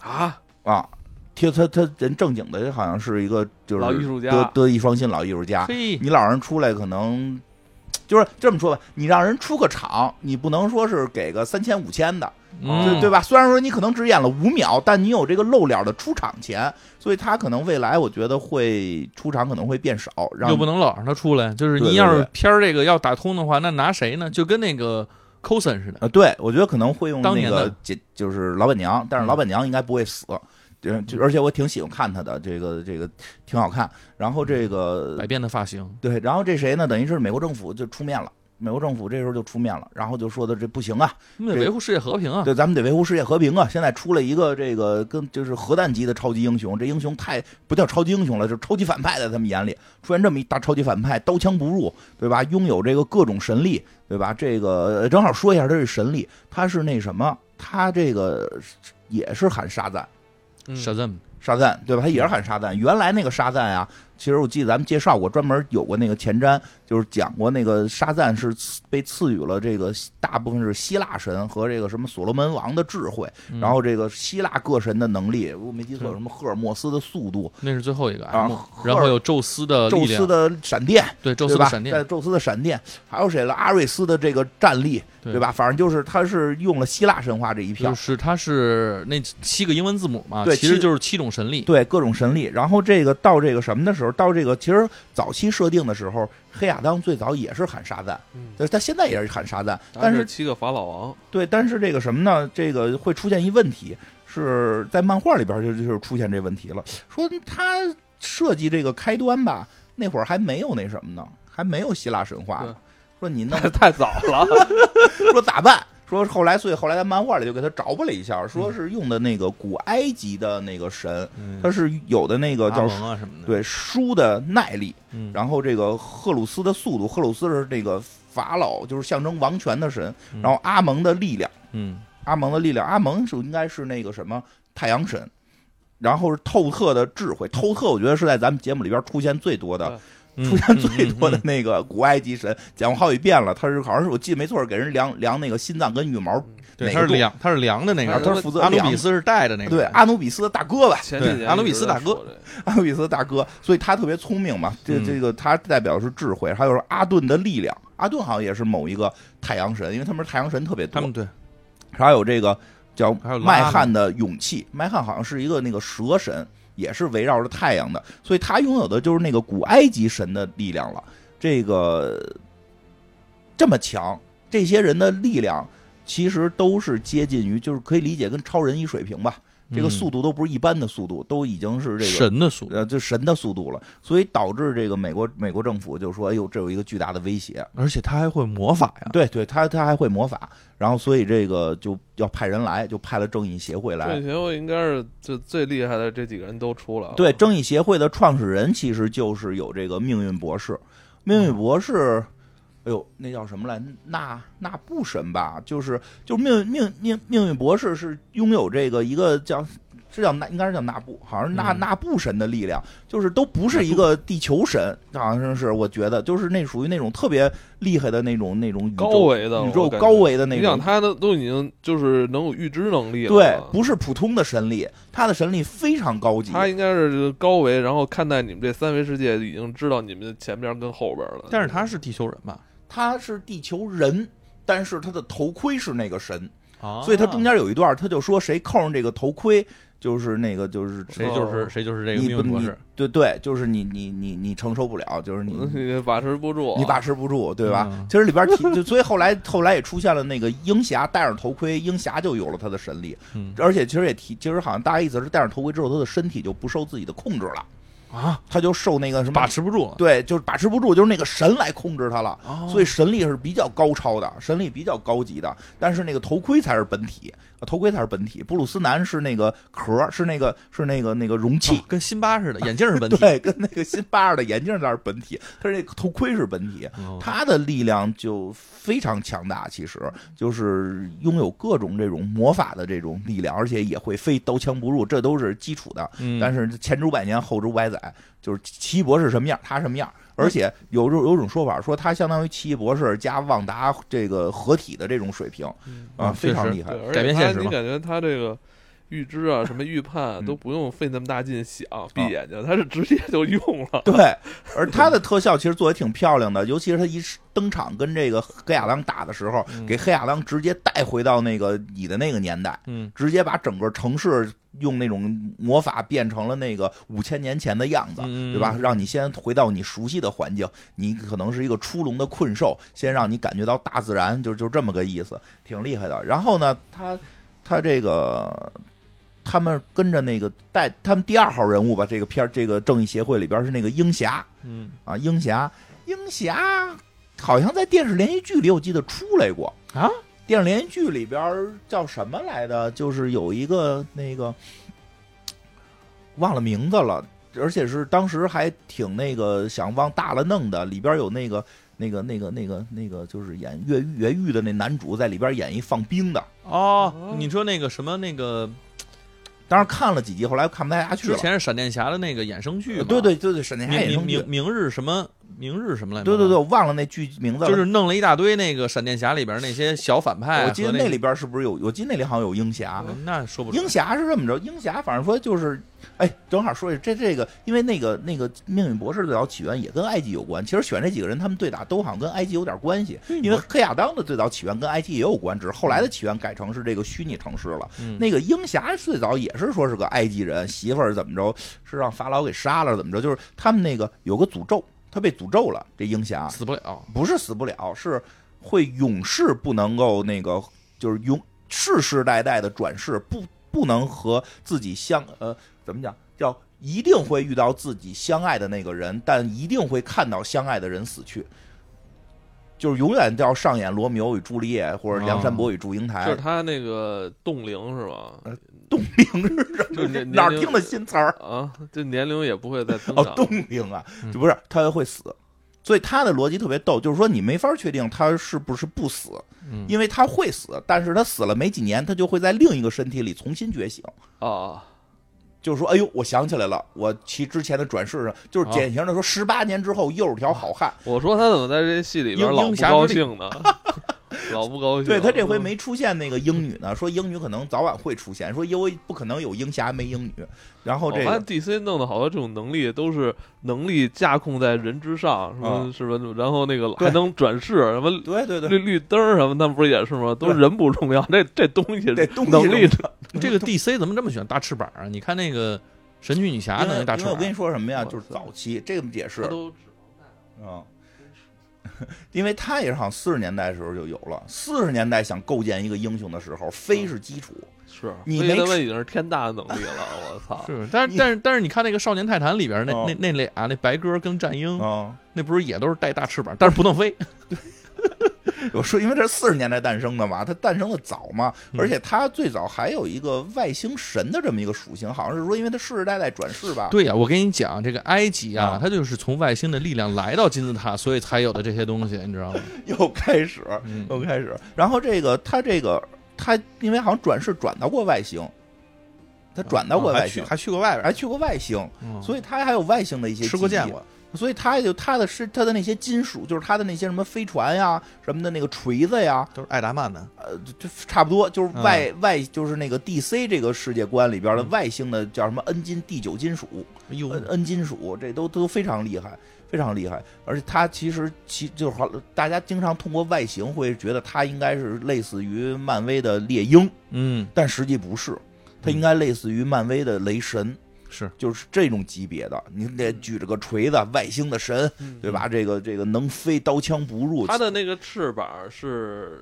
啊，啊，听他他人正经的好像是一个就是老艺术家德德艺双馨老艺术家，嘿，你老人出来可能就是这么说吧，你让人出个场，你不能说是给个三千五千的，嗯对对吧？虽然说你可能只演了五秒，但你有这个露脸的出场钱，所以他可能未来我觉得会出场可能会变少，让又不能老让他出来，就是对你对要是对片儿这个要打通的话，那拿谁呢？就跟那个 cosin 似的，呃，对，我觉得可能会用当那年个的姐，就是老板娘，但是嗯老板娘应该不会死。就就而且我挺喜欢看她的，这个这个挺好看。然后这百个变的发型，对，然后这谁呢？等于是美国政府就出面了，美国政府这时候就出面了，然后就说的这不行啊，我们得对维护世界和平啊。对，咱们得维护世界和平啊。现在出了一个这个跟就是核弹级的超级英雄，这英雄太不叫超级英雄了，就是超级反派，在他们眼里出现这么一大超级反派，刀枪不入，对吧？拥有这个各种神力，对吧？这个呃正好说一下，这是神力，他是那什么，他这个也是喊沙赞。嗯傻子们，沙赞，对吧？他也是喊沙赞。原来那个沙赞啊，其实我记得咱们介绍过，专门有过那个前瞻，就是讲过那个沙赞是赐被赐予了这个大部分是希腊神和这个什么所罗门王的智慧，嗯然后这个希腊各神的能力，我没记错，是什么赫尔墨斯的速度，那是最后一个 M，、啊，然后有宙斯的宙力斯量，的闪电，对宙对斯的吧？闪在电，宙斯的闪电，还有谁了？阿瑞斯的这个战力，对对吧？反正就是他是用了希腊神话这一票就，是它是那七个英文字母嘛，对其实七就是七种神力。对各种神力。然后这个到这个什么的时候，到这个其实早期设定的时候，黑亚当最早也是喊沙赞，嗯但是他现在也是喊沙赞，他但是是七个法老王，对，但是这个什么呢？这个会出现一问题，是在漫画里边就就是出现这问题了，说他设计这个开端吧，那会儿还没有那什么呢，还没有希腊神话呢，说你弄太早了，说咋办？说后来，所以后来在漫画里就给他找补了一下，说是用的那个古埃及的那个神，嗯他是有的那个阿叫蒙啊什么的。，对书的耐力，嗯，然后这个赫鲁斯的速度，赫鲁斯是这个法老，就是象征王权的神，嗯然后阿蒙的力量，嗯，阿蒙的力量，阿蒙是应该是那个什么太阳神，然后是透特的智慧，透特我觉得是在咱们节目里边出现最多的，嗯出现最多的嗯嗯那个古埃及神，讲过好几遍了，他是好像是我记得没错，给人量量那个心脏跟羽毛，嗯对，哪他个是洞量，他是量的那啊个，他是负责阿努量比斯是带的那个，对，阿努比斯的大哥吧， 前对几年阿努比一直斯在大哥说这个， 阿努比斯大哥，所以他特别聪明嘛。这嗯这个他代表是智慧，还有是阿顿的力量。阿顿好像也是某一个太阳神，因为他们是太阳神特别他多们。对还有这个叫还有拉麦汉的勇气，麦汉好像是一个那个蛇神，也是围绕着太阳的，所以他拥有的就是那个古埃及神的力量了。这个这么强，这些人的力量其实都是接近于，就是可以理解跟超人一水平吧。这个嗯速度都不是一般的速度，都已经是这个神的速度，呃，就神的速度了，所以导致这个美国美国政府就说，哎呦，这有一个巨大的威胁。啊而且他还会魔法呀，对对，他他还会魔法，然后所以这个就要派人来，就派了正义协会这来。前卫应该是这最厉害的这几个人都出来了，对，正义协会的创始人其实就是有这个命运博士，嗯命运博士。哎呦，那叫什么来？那那布神吧，就是就是命运命命命运博士是拥有这个一个叫是叫那应该是叫那布，好像是那嗯那布神的力量，就是都不是一个地球神，好像是我觉得就是那属于那种特别厉害的那种那种宇高宙维的宇宙我感高觉维的那你种想他的都已经就是能有预知能力了，啊对，不是普通的神力，他的神力非常高级。他应该是高维，然后看待你们这三维世界，已经知道你们的前边跟后边了。但是他是地球人吧？他是地球人，但是他的头盔是那个神，啊所以他中间有一段，他就说谁扣上这个头盔，就是那个就是谁哦就是谁就是这个你命不运博你士，对对，就是你你你你承受不了，就是 你。 你把持不住啊，你把持不住，对吧？嗯其实里边提， 就所以后来后来也出现了那个鹰侠戴上头盔，鹰侠就有了他的神力，嗯而且其实也提，其实好像大概意思是戴上头盔之后，他的身体就不受自己的控制了，啊，他就受那个什么把持不住了，对，就是把持不住，就是那个神来控制他了。哦所以神力是比较高超的，神力比较高级的，但是那个头盔才是本体，呃头盔才是本体。布鲁斯南是那个壳，是那个是那个那个容器哦，跟辛巴似的，眼镜儿是本体，对，跟那个辛巴尔的眼镜才是本体，他这个头盔是本体，哦他的力量就非常强大，其实就是拥有各种这种魔法的这种力量，而且也会飞，刀枪不入，这都是基础的。嗯但是前知百年，后知百载，就是奇异博士什么样，他什么样。而且有种有种说法说他相当于奇异博士加旺达这个合体的这种水平嗯啊，嗯非常确实厉害对，。而且改变现实他嘛你感觉他这个预知啊，什么预判嗯啊都不用费那么大劲想，闭眼睛，他是直接就用了。对，而它的特效其实做的挺漂亮的，尤其是他一登场跟这个黑亚当打的时候，嗯给黑亚当直接带回到那个你的那个年代，嗯，直接把整个城市用那种魔法变成了那个五千年前的样子，嗯对吧？让你先回到你熟悉的环境，你可能是一个出笼的困兽，先让你感觉到大自然，就就这么个意思，挺厉害的。然后呢，他他这个。他们跟着那个带他们第二号人物吧，这个片儿这个正义协会里边是那个鹰侠，嗯，啊，鹰侠，鹰侠好像在电视连续剧里我记得出来过啊。电视连续剧里边儿叫什么来的？就是有一个那个忘了名字了，而且是当时还挺那个想往大了弄的。里边有那个那个那个那个那个，就是演越狱越狱的那男主在里边演一放兵的。哦，你说那个什么那个当时看了几集，后来看不太下去之了。呃前是闪电侠的那个衍生剧嘛，对对对对，沈殿霞演明明生剧明明日什么明日什么来着？对对对，我忘了那剧名字了。就是弄了一大堆那个闪电侠里边那些小反哎派和，我记得那里边是不是有？我记得那里好像有鹰侠。嗯那说不准鹰侠是这么着，鹰侠反正说就是，哎，正好说一下这这个，因为那个那个命运博士的最早起源也跟埃及有关。其实选这几个人，他们对打都好像跟埃及有点关系，因为黑亚当的最早起源跟埃及也有关，只是后来的起源改成是这个虚拟城市了。嗯那个鹰侠最早也是说是个埃及人，媳妇儿怎么着是让法老给杀了，怎么着就是他们那个有个诅咒，他被诅咒了，这鹰侠死不了。不是死不了，是会永世不能够那个，就是永世世代代的转世，不不能和自己相呃怎么讲叫。一定会遇到自己相爱的那个人，但一定会看到相爱的人死去，就是永远都要上演罗密欧与朱丽叶或者梁山伯与祝英台。就是他那个冻龄是吧？冻龄是什就么是？ 哪儿年龄听的新词儿？啊，这年龄也不会再增哦长。，冻龄啊嗯，就不是他会死，所以他的逻辑特别逗，就是说你没法确定他是不是不死，嗯因为他会死，但是他死了没几年，他就会在另一个身体里重新觉醒。啊，就是说，哎呦，我想起来了，我其之前的转世上，就是啊典型的说，十八年之后又是条好汉。我说他怎么在这戏里边鹰老不鹰侠高之力兴呢？ 老不高兴。对他这嗯回没出现那个英女呢，说英女可能早晚会出现，说因为不可能有英侠没英女。然后我这发个现 DC 弄的好多这种能力都是能力架控在人之上，什么啊什么，然后那个对还能转世，什么对对绿对，绿灯儿什么，那不是也是吗？都对人不重要，这这东西这东西能力重这个 DC 怎么这么喜欢大翅膀啊？你看那个神奇女侠因为弄一大翅因为我膀跟，你说什么呀，我就是操早期这个也是他，都嗯， 因为他也是好像四十年代的时候就有了，四十年代想构建一个英雄的时候，飞是基础。是啊你所以没他们已经是天大的能力了，我操！是，但是你啊但 是但是你看那个少年泰坦里边那哦那那俩那白鸽跟战鹰，啊，那不是也都是带大翅膀，但是不能飞。我说，因为这是四十年代诞生的嘛，它诞生的早嘛，嗯而且它最早还有一个外星神的这么一个属性，好像是说因为它世世代代转世吧。对呀、我跟你讲，这个埃及啊啊，它就是从外星的力量来到金字塔，所以才有的这些东西，你知道吗？又开始，嗯，又开始。然后这个他这个他，因为好像转世转到过外星，他转到过啊还外去星，还去过外边，还去过外星，嗯所以他还有外星的一些吃过记忆见过。所以他就他的是他的那些金属，就是他的那些什么飞船呀、什么的那个锤子呀，都是艾达曼的。呃，就就差不多就是外、外就是那个 DC 这个世界观里边的嗯外星的叫什么 N 金第九金属、哎呦， n N 金属，这都都非常厉害，非常厉害。而且他其实其就是好大家经常通过外形会觉得他应该是类似于漫威的猎鹰，嗯，但实际不是，他应该类似于漫威的雷神，是嗯就是这种级别的。你得举着个锤子，外星的神，对吧？这个这个能飞，刀枪不入，他的那个翅膀是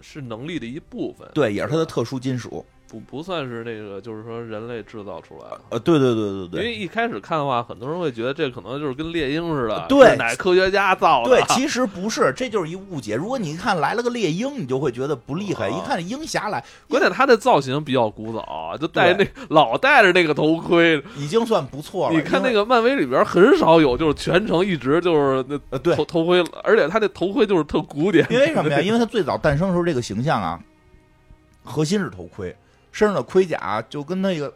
是能力的一部分，对，也是他的吧特殊金属。不不算是那个，就是说人类制造出来的。呃，对对对对因对。为一开始看的话，很多人会觉得这可能就是跟猎鹰似的，对是哪科学家造的？对，其实不是，这就是一误解。如果你一看来了个猎鹰，你就会觉得不厉害；哦一看鹰侠来，关键他的造型比较古早，啊就戴那老戴着那个头盔。已经算不错了。你看因为那，个漫威里边很少有，就是全程一直就是那呃，对头，头盔，而且他那头盔就是特古典。 因为什么呀？因为他最早诞生的时候这个形象啊，核心是头盔，身上的盔甲就跟那个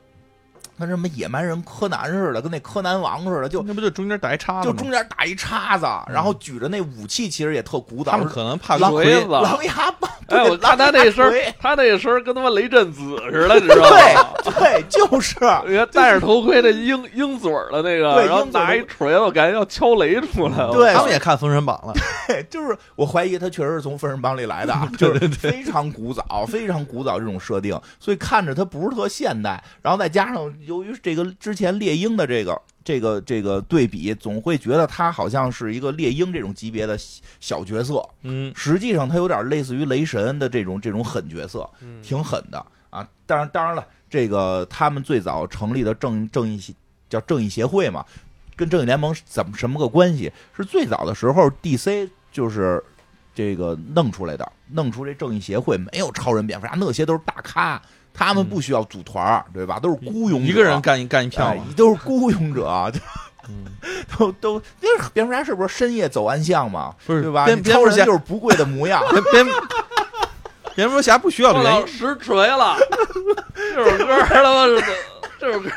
跟什么野蛮人柯南似的，跟那柯南王似的，就嗯那不就中间打一叉子就吗中间打一叉子，然后举着那武器，其实也特古他早们。可能怕狼鬼锤子狼牙棒哎，我他他那身儿，他那身儿跟他妈雷震子似的，你知道吗？对对，就是你看戴着头盔那鹰鹰嘴儿的那个，对然后鹰嘴儿拿一锤子，我感觉要敲雷出来了。对他们也看《封 神榜》了，对，就是我怀疑他确实是从《封神榜》里来的啊，就是非常古早，非常古早这种设定，所以看着他不是特现代。然后再加上由于这个之前猎鹰的这个这个这个对比，总会觉得他好像是一个猎鹰这种级别的小小角色，嗯，实际上他有点类似于雷神的这种这种狠角色，嗯挺狠的啊。当然，当然了，这个他们最早成立的正正义协叫正义协会嘛，跟正义联盟是怎么什么个关系？是最早的时候 DC 就是这个弄出来的，弄出这正义协会没有超人、蝙蝠侠那些都是大咖，他们不需要组团儿，对吧？都是孤勇者，嗯一个人干一干一票哎嘛，都是孤勇者，啊嗯 都都，那是蝙蝠侠是不是深夜走暗巷嘛？不是对吧？蝙你蝙超蝠人侠就是不跪的模样，蝙蝙蝙蝠侠不需要的后原因来，实锤了， 这首歌他妈是这首歌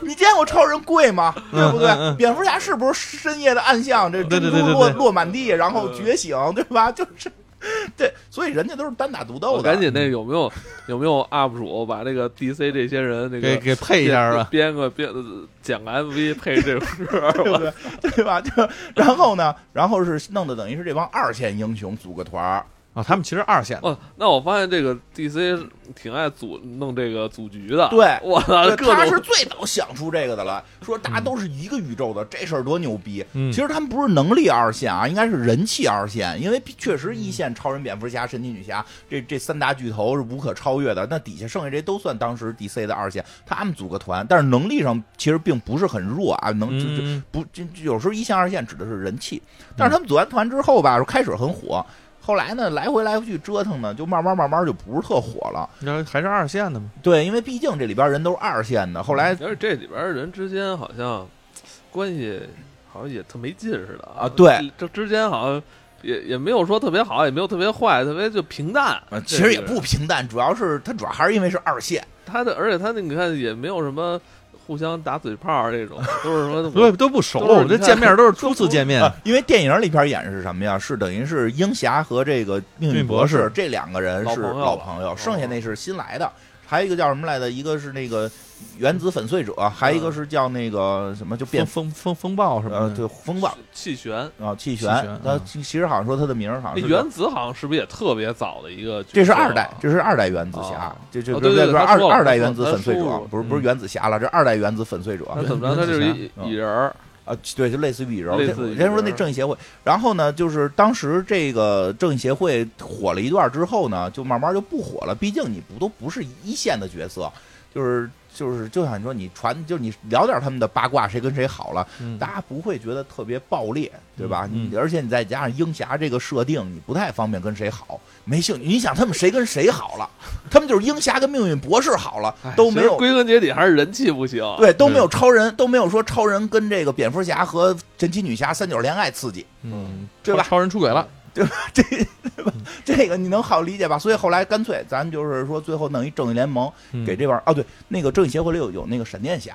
你见过超人跪吗？对嗯不对？嗯嗯蝙蝠侠是不是深夜的暗巷，这对对珍对珠对嗯落对落满地，然后觉醒，对吧？ 就是，对，所以人家都是单打独斗我的。赶紧那有没有有没有 UP 主把那个 DC 这些人那给个给配一下啊 吧。编个编呃剪个 MV 配这首歌对不吧。对？对吧？就 然后呢，然后是弄的等于是这帮二线英雄组个团儿，啊，他们其实二线 的，哦，那我发现这个 DC 挺爱组弄这个组局的。对我操，对啊各种他是最早想出这个的了，说大家都是一个宇宙的，这事儿多牛逼。嗯其实他们不是能力二线啊，应该是人气二线，因为确实一线超人、蝙蝠侠、神奇女侠这这三大巨头是无可超越的，那底下剩下这都算当时 DC 的二线，他们组个团，但是能力上其实并不是很弱啊，能就就嗯不，这这有时候一线二线指的是人气，但是他们组完团之后吧，开始很火，后来呢来回来回去折腾呢，就慢慢慢慢就不是特火了。你知道还是二线的嘛。对，因为毕竟这里边人都是二线的，后来哎而且这里边人之间好像关系好像也特没劲似的啊对，这之间好像也也没有说特别好，也没有特别坏，特别就平淡呃。其实也这个不平淡，主要是他主要还是因为是二线，他的，而且他那你看也没有什么互相打嘴炮儿这种，都是什么 对，都不熟，都是这你看见面都是初次见嗯面，啊因为电影里边演是什么呀？是等于是鹰侠和这个命命运运博博士士这两个人老是朋友老了哦朋友，剩下那是新来的。还有一个叫什么来的？一个是那个原子粉碎者，还有一个是叫那个什么，就变风风风风暴什么呃，的。对，风暴气旋。啊，气旋气旋，他嗯其其实好像说他的名儿好像那是原子好像是不是也特别早的一个角色啊？这是二代，这是二代原子侠哦，这这哦不对是对不是对他二说了二代他原子他粉碎说者过，不是不是嗯原子侠了，这二代原子粉碎者他怎么着？他就是一嗯蚁人儿，啊，对，就类似于蚁人儿。类先似于蚁先说那人儿正义协会，然后呢，就是当时这个正义协会火了一段之后呢，就慢慢就不火了，毕竟你不都不是一线的角色，就是。就是就想说你传，就你聊点他们的八卦，谁跟谁好了，嗯大家不会觉得特别爆裂，对吧？嗯嗯你而且你再加上鹰侠这个设定，你不太方便跟谁好，没兴趣。你想他们谁跟谁好了？他们就是鹰侠跟命运博士好了，都哎其没实有归根结底还是人气不行。啊对都没有超人，都没有说超人跟这个蝙蝠侠和神奇女侠三角恋爱刺激，嗯，对吧超超人出轨了，这对吧？这个你能好理解吧？所以后来干脆咱就是说，最后弄一正义联盟嗯给这帮哦，对，那个正义协会里有有那个闪电侠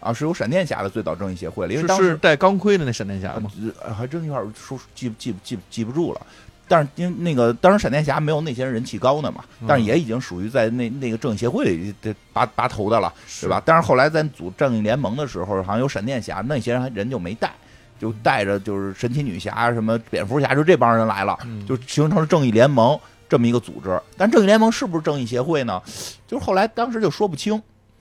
啊，是有闪电侠的最早正义协会里，因为是当是时带钢盔的那闪电侠吗？呃还真有点说记不记不记不记不住了。但是因为那个当时闪电侠没有那些人人气高呢嘛，嗯但是也已经属于在那那个正义协会里这拔拔头的了，对吧？但是后来咱组正义联盟的时候，好像有闪电侠，那些人还人就没带，就带着就是神奇女侠、啊什么蝙蝠侠，就这帮人来了，嗯？就形成了正义联盟这么一个组织。但正义联盟是不是正义协会呢？就是后来当时就说不清，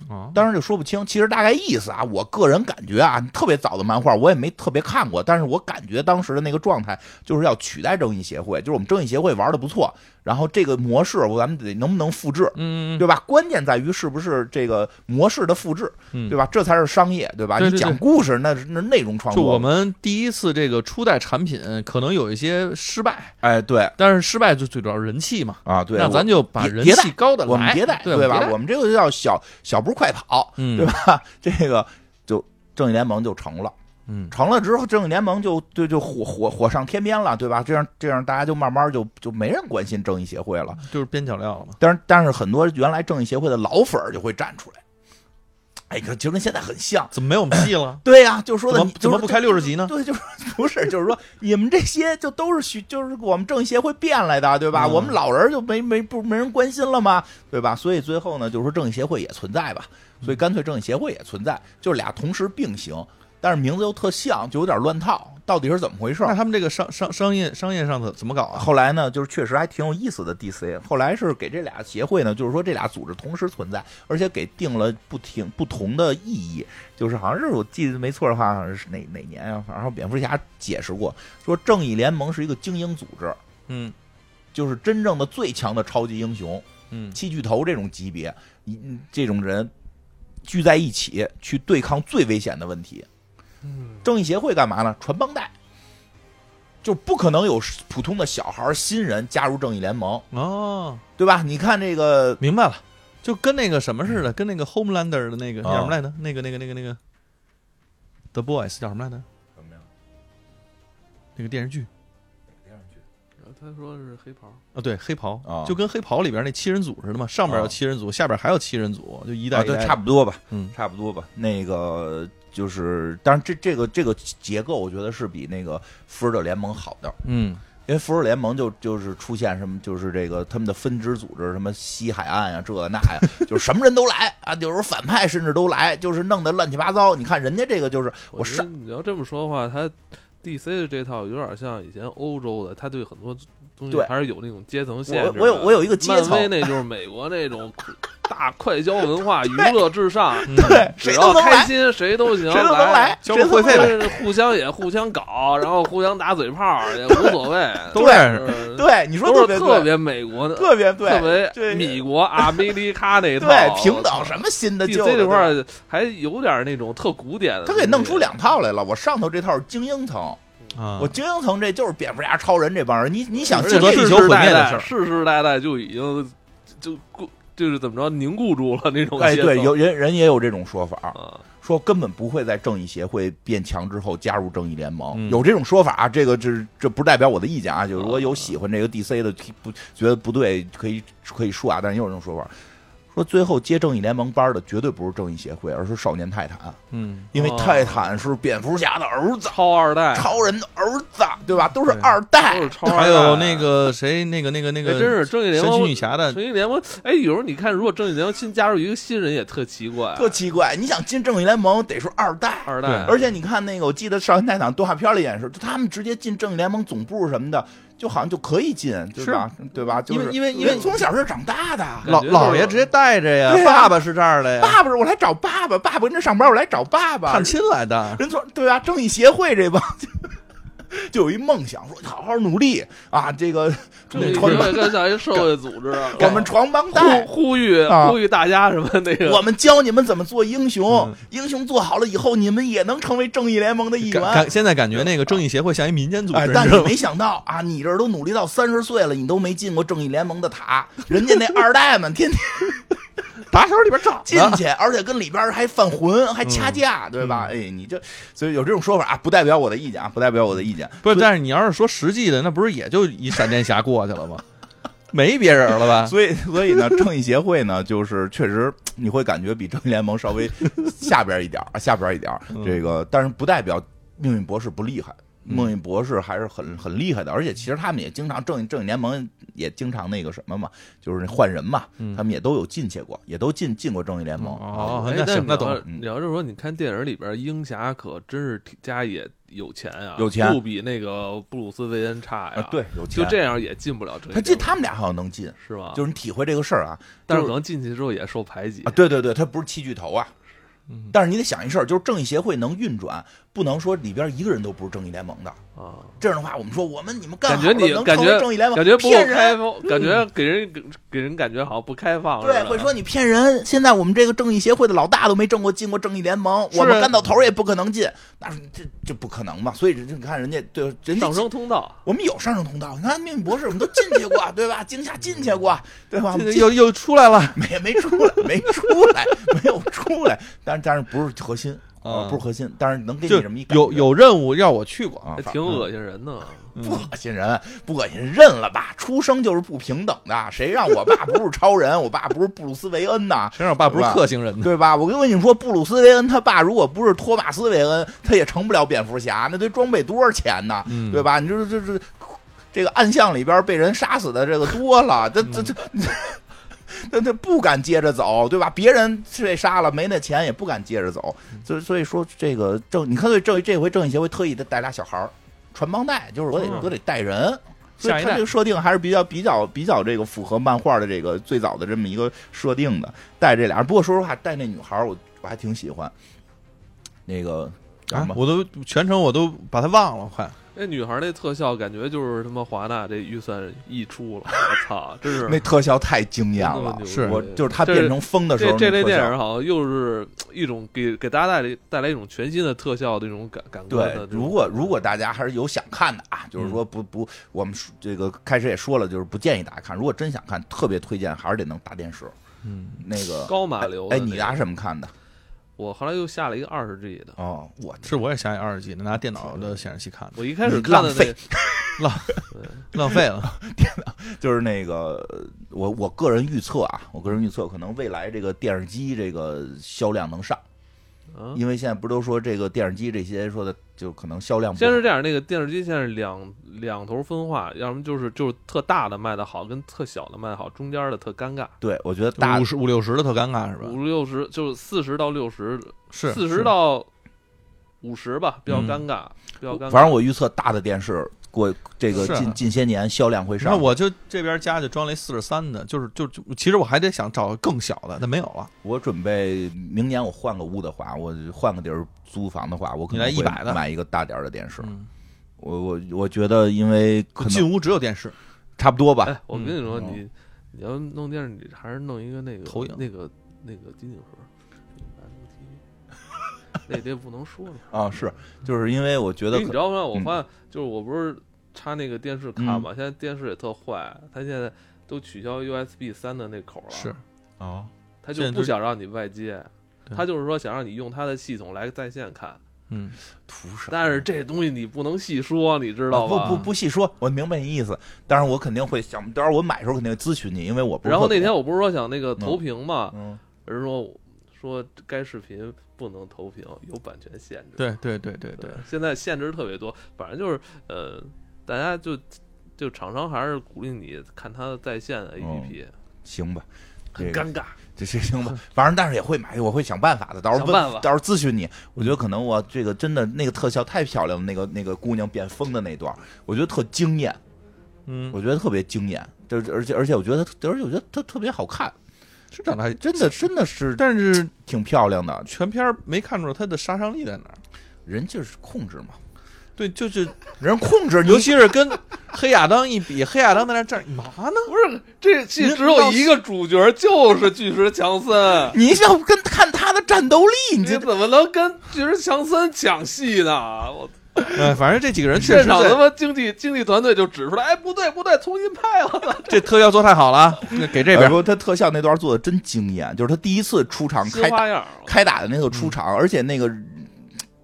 啊，当时就说不清。其实大概意思啊，我个人感觉啊，特别早的漫画我也没特别看过，但是我感觉当时的那个状态就是要取代正义协会，就是我们正义协会玩的不错，然后这个模式我咱们得能不能复制，嗯，对吧？关键在于是不是这个模式的复制，嗯对吧？这才是商业，对吧？对对你讲对故事那是那是内容创就作，我们第一次这个初代产品可能有一些失败，哎对但是失败就最主要是人气嘛。啊对，那咱就把迭人迭代气高的我们来，迭代对吧？我我们这个就叫小小步快跑，们对迭代嗯吧？这个就正义联盟就成了。嗯，成了之后，正义联盟就就就火火火上天边了，对吧？这样这样，大家就慢慢就就没人关心正义协会了。就是边角料了嘛。但是但是很多原来正义协会的老粉儿就会站出来，哎，可其实跟现在很像。怎么没我们戏了？对呀、就说怎的么你怎就是么不开六十集呢？对，就是不是，就是说你们这些就都是学，就是我们政协会变来的，对吧？嗯我们老人就没没不没人关心了吗？对吧？所以最后呢，就是说政协会也存在吧，嗯所以干脆政协会也存在，就俩同时并行，但是名字又特像，就有点乱套，到底是啊怎么回事儿？那他们这个商商商业商业上怎怎么搞啊？后来呢，就是确实还挺有意思的 DC。后来是给这俩协会呢，就是说这俩组织同时存在，而且给定了不停不同的意义。就是好像是我记得没错的话，好像是哪哪年啊？反正蝙蝠侠解释过，说正义联盟是一个精英组织，嗯就是真正的最强的超级英雄，嗯七巨头这种级别，一嗯这种人聚在一起去对抗最危险的问题。嗯，正义协会干嘛呢？传帮带，就不可能有普通的小孩儿新人加入正义联盟，哦，对吧？你看这个明白了，就跟那个什么似的，跟那个 Homelander 的那个嗯啊叫什么来着？那个那个那个那个 The Boys 叫什么来着？什么呀？那个电视剧他说是黑袍，啊，对，黑袍啊就跟黑袍里边那七人组似的嘛，上边有啊七人组，下边还有七人组，就一代啊，一代对，的差不多吧，嗯差不多吧。那个就是，当然这这个这个结构，我觉得是比那个复仇者联盟好点儿，嗯因为复仇者联盟就就是出现什么，就是这个他们的分支组织，什么西海岸呀、这那呀，就是什么人都来啊，有时候反派甚至都来，就是弄得乱七八糟。你看人家这个就是我觉得上你要这么说的话，他 DC 的这套有点像以前欧洲的，他对很多东西对还是有那种阶层限制的。我我有我有一个阶层漫威那就是美国那种大快消文化，娱乐至上，对只 谁要都能开来，心谁都行，谁都能来，交谁个都会能费来呗就是互相也互相搞，然后互相打嘴炮也无所谓，都这样是对，你说都别是特特别美国的，特别对，特别对米 国阿梅利卡那一套，对平等什么新的 DC 旧的这块对吧儿还有点那种特古典的他东西，给弄出两套来了。我上头这套是精英层，嗯啊，我精英层这就是蝙蝠侠、超人这帮人。你你想而而且且这这世地世球代毁灭的代事儿世世代代就已经就固就是怎么着凝固住了那种哎，阶对，层有人人也有这种说法，啊，说根本不会在正义协会变强之后加入正义联盟，嗯有这种说法啊。这个这这不代表我的意见啊，就是啊如果有喜欢这个 DC 的不觉得不对，可以可以说啊，但是也有这种说法。说最后接正义联盟班的绝对不是正义协会，而是少年泰坦，嗯因为哦泰坦是蝙蝠侠的儿子，超二代，超人的儿子，对吧？都是对二代都，是超二代，还有那个谁，那个那个那哎个，真是正义联神盟奇女侠的正义联盟，哎，有时候你看，如果正义联盟新加入一个新人也特奇怪，啊特奇怪。你想进正义联盟得是二代，二代对，而且你看那个，我记得少年泰坦动画片里演示，就他们直接进正义联盟总部什么的，就好像就可以进，对吧？对吧？就因为是因为因因为为从小是长大的，感觉老就是老爷直接带着呀，对啊爸爸是这儿的呀，爸爸是我来找爸爸，爸爸跟着上班，我来找爸爸。探亲来的，人从对啊，正义协会这帮 就有一梦想，说好好努力啊，这个正义传联盟帮，更像一社会组织啊，我们传帮带呼。呼吁啊呼吁大家什么那个，我们教你们怎么做英雄嗯，英雄做好了以后，你们也能成为正义联盟的一感员。感现在感觉那个正义协会像一民间组织，哎，你但知你道吗没想到啊，你这儿都努力到三十岁了，你都没进过正义联盟的塔，人家那二代们天天 打手里边找进去，而且跟里边还犯浑，还嗯掐架，对吧？哎，你这所以有这种说法啊，不代表我的意见啊，不代表我的意见。 不是，但是你要是说实际的，那不是也就一闪电侠过去了吗？没别人了 吧？所以，所以呢， 正义协会呢，就是确实你会感觉比正义联盟稍微下边一点儿啊，下边一点儿。嗯这个，但是不代表命运博士不厉害。嗯命运博士还是很很厉害的，而且其实他们也经常正义正义联盟也经常那个什么嘛，就是换人嘛，嗯他们也都有进去过，也都进进过正义联盟。哦哎，那但行，你那要懂了。嗯你要是说，你看电影里边，鹰侠可真是挺家也有钱啊，有钱不比那个布鲁斯韦恩差呀。啊，，对，有钱就这样也进不了这。他进他们俩好像能进，是吧？就是你体会这个事儿啊，但是就可能进去之后也受排挤啊，。对对对，他不是七巨头啊嗯。但是你得想一事儿，就是正义协会能运转，不能说里边一个人都不是正义联盟的。啊，这样的话，我们说我们你们干感好觉了你能感成为觉正义联盟，感觉不够骗开人。嗯放，感觉给人给给人感觉好像不开放似的。对，会说你骗人。现在我们这个正义协会的老大都没正过进过正义联盟，是我们干到头儿也不可能进，那是这这不可能嘛？所以人家你看人家对人家上升通道。我们有上升通道，你看命运博士我们都进去过，对吧？惊吓进去过，对吧？我们这进又又出来了，没没出来，没出来，没有出来，但但是不是核心？呃啊不是核心，但是能给就你这么一感有觉有任务要我去过，啊还，哎反挺恶心人的。不恶心人，不恶心人，认了吧，出生就是不平等的，谁让我爸不是超人，我爸不是布鲁斯韦恩呐，谁让我爸不是对吧啊克星人呢？对吧？我跟你说，布鲁斯韦恩他爸如果不是托马斯韦恩，他也成不了蝙蝠侠，那得装备多少钱呢？嗯对吧？你这这这这个暗巷里边被人杀死的这个多了，这这这。嗯那他不敢接着走，对吧？别人被杀了，没那钱也不敢接着走，嗯所以所以说这个正，你看所以这这回正义协会特意的带俩小孩儿传帮带，就是我得、嗯我得带人，所下以一他代这个设定还是比较比较比较这个符合漫画的这个最早的这么一个设定的。带这俩人，不过说实话，带那女孩儿我我还挺喜欢，那个叫什啊么？我都全程我都把他忘了，快那女孩那特效感觉就是他妈华纳这预算溢出了，我操，真是那特效太惊艳那么了牛，逼是我就是他变成风的时这候，这类那特效电影好像又是一种给给大家带来带来一种全新的特效的一种感感官对的。，如果如果大家还是有想看的啊，嗯就是说不不，我们说这个开始也说了，就是不建议大家看。如果真想看，特别推荐还是得能打电视。嗯，那个高马流的哎，那你个拿什么看的？我后来又下了一个二十 G 的，哦，我是我也想起二十集的，拿电脑的显示器看的，我一开始你看的浪那费浪费 了。就是那个，呃我我个人预测啊，我个人预测，可能未来这个电视机这个销量能上，啊，因为现在不都说这个电视机这些说的，就可能销量不先好是这样，那个电视机现在是两两头分化，要么就是就是特大的卖的好，跟特小的卖的好，中间的特尴尬。对，我觉得大五十五六十的特尴尬是吧？五六十就是四十到六十，是四是十到五十吧，比较嗯尴尬，比较尴尬。反正我预测大的电视过这个是啊近近些年销量会那上。我就这边家就装了一四十三的，就是就就，其实我还得想找更小的，但没有了。我准备明年我换个屋的话，我换个地儿租房的话，我可能你来100会的买一个大点儿的电视。嗯，我我我觉得，因为可能进屋只有电视，差不多吧。哎，我跟你说，嗯你你要弄电视，你还是弄一个那个投影那个那个金井盒， 那这不能说了。啊，是，就是因为我觉因得为你可知道吗？我嗯发现就是我不是插那个电视卡嘛，现在电视也特坏，它现在都取消 USB 三的那口了，是啊，它现就在不就是想让你外接。对它就是说想让你用它的系统来在线看，嗯，图什么？但是这东西你不能细说，你知道吧？啊不不不细说，我明白你意思。但是我肯定会想，到时候我买的时候肯定会咨询你，因为我不是然后特那懂天我不是说想那个投屏嘛，嗯，人说说该视频不能投屏，有版权限制。对对对对对，现在限制特别多，反正就是呃，大家就就厂商还是鼓励你看它的在线嗯的 APP，、行吧，很这个尴尬。这这行吧，反正但是也会买，我会想办法的。到时候问想办法到时候咨询你。我觉得可能我这个真的那个特效太漂亮了，那个那个姑娘变疯的那段，我觉得特惊艳，嗯，我觉得特别惊艳。就是而且而且我觉得，而且我觉得她特别好看，是长得还，真的真的是但是挺漂亮的。全片儿没看出他的杀伤力在哪儿。人就是控制嘛，对，就是人控制你尤其是跟黑亚当一比，黑亚当在那站嘛呢？不是，这你戏只有一个主角，就是巨石强森。你要跟看她的战斗力， 你你这怎么能跟巨石强森抢戏呢？我哎，反正这几个人确现实场他在妈经纪经纪团队就指出来，哎，不对不对，重新拍我操！这特效做太好了，啊，给这哎边不，他特效那段做的真惊艳，就是他第一次出场新开打花样，开打的那个出场，而且那个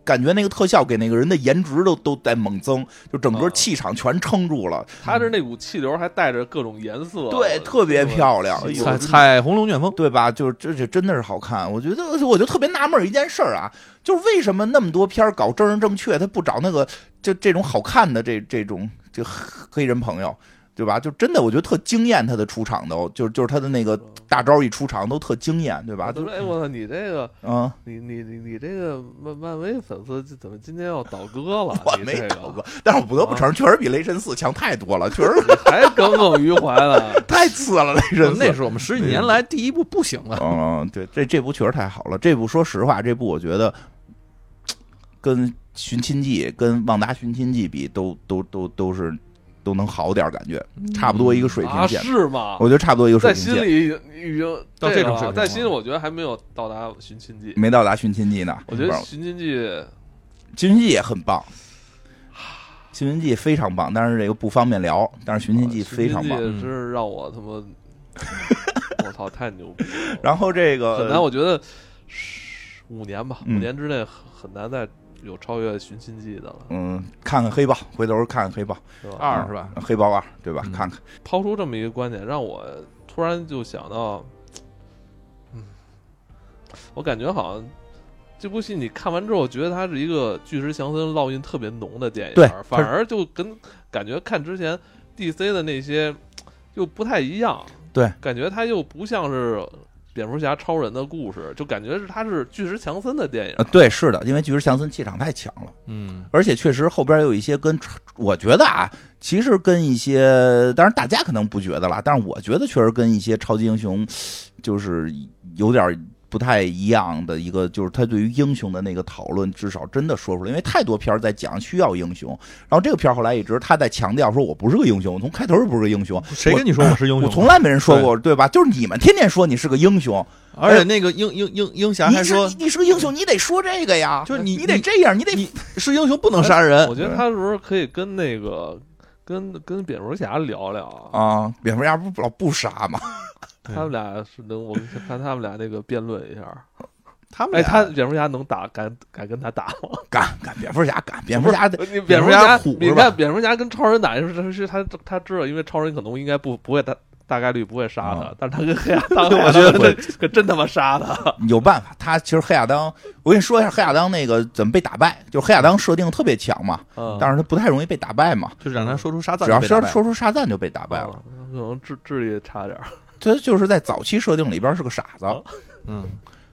感觉那个特效给那个人的颜值都都在猛增，就整个啊气场全撑住了，他这那股气流还带着各种颜色，对，特别漂亮，哎哎呦呦彩彩虹龙卷风，对吧？就是这这真的是好看，我觉得我就特别纳闷儿一件事儿啊，就是为什么那么多片儿搞正人正确，他不找那个就这种好看的这这种这黑人朋友，对吧？就真的我觉得特惊艳他的出场都，就是就是他的那个大招一出场都特惊艳，对吧？嗯我都就说哎我操，你这个嗯，你你你你这个漫漫威粉丝这怎么今天要倒戈了？ 我你没这个啊搞过，但是我不得不承认，确实比雷神四强太多了，确实你还耿耿于怀了。太次了， 雷神四那是我们十几年来第一部不行了。嗯，对，这这部确实太好了。这部说实话，这部我觉得跟《寻亲记》、跟《旺达寻亲记》比，都都都都是都能好点儿，感觉差 不多一个水啊，平线。是吗我？觉得差不多一个水在平心线，里已经已经到这这种个了水啊平在了心里我觉得还没有到达《寻亲记》，没到达《寻亲记》呢。我觉得不《知道寻亲记》嗯寻亲记》也很棒，《寻亲记》非常棒，但是这个不方便聊。但是《寻啊亲记》呃非常棒。真嗯是让我 他妈，我操，太牛逼了！然后这很个难，我觉得是五年吧，五嗯年之内很很难再有超越《寻亲记》的了，嗯，看看黑豹，回头看看黑豹是吧？二是吧？黑豹二，对吧？嗯看看，抛出这么一个观点，让我突然就想到，嗯，我感觉好像这部戏你看完之后，觉得它是一个巨石强森烙印特别浓的电影，对反而就跟感觉看之前 DC 的那些又不太一样，对，感觉它又不像是蝙蝠侠、超人的故事，就感觉是它是巨石强森的电影，呃，对，是的，因为巨石强森气场太强了，嗯，而且确实后边有一些跟，我觉得啊，其实跟一些，当然大家可能不觉得啦，但是我觉得确实跟一些超级英雄，就是有点。不太一样的一个，就是他对于英雄的那个讨论，至少真的说出来，因为太多片儿在讲需要英雄，然后这个片儿后来一直他在强调说，我不是个英雄，我从开头就不是个英雄，谁我跟你说我是英我雄？啊从来没人说过，对吧？就是你们天天说你是个英雄，而且那个英英英英侠你还是说你，你是个英雄，你得说这个 呀，就是你你得这样，你得你是英雄不能杀人嗯我。觉得他是不是可以跟那个跟跟蝙蝠侠聊聊啊啊，蝙蝠侠不老不杀嘛，他们俩是能，我们看他们俩那个辩论一 下。他们哎，俩他蝙蝠侠能打，敢敢跟他打吗？敢敢蝙蝠侠敢蝙 蝠侠得你蝙蝙蝠蝠侠侠虎，你是吧看蝙蝠侠跟超人打，是是是他他知道，因为超人可能应该不不会大大概率不会杀他嗯，但是他跟黑亚 当，我觉得黑亚当可可真他妈杀 他。有办法。他其实黑亚当，我跟你说一下黑亚当那个怎么被打败，就是黑亚当设定特别强嘛，嗯，但是他不太容易被打败嘛，就让他说出沙赞只就要嗯被打说败了，说出沙赞就被打败了。嗯，可能智智力差点儿。他就是在早期设定里边是个傻子，哦嗯，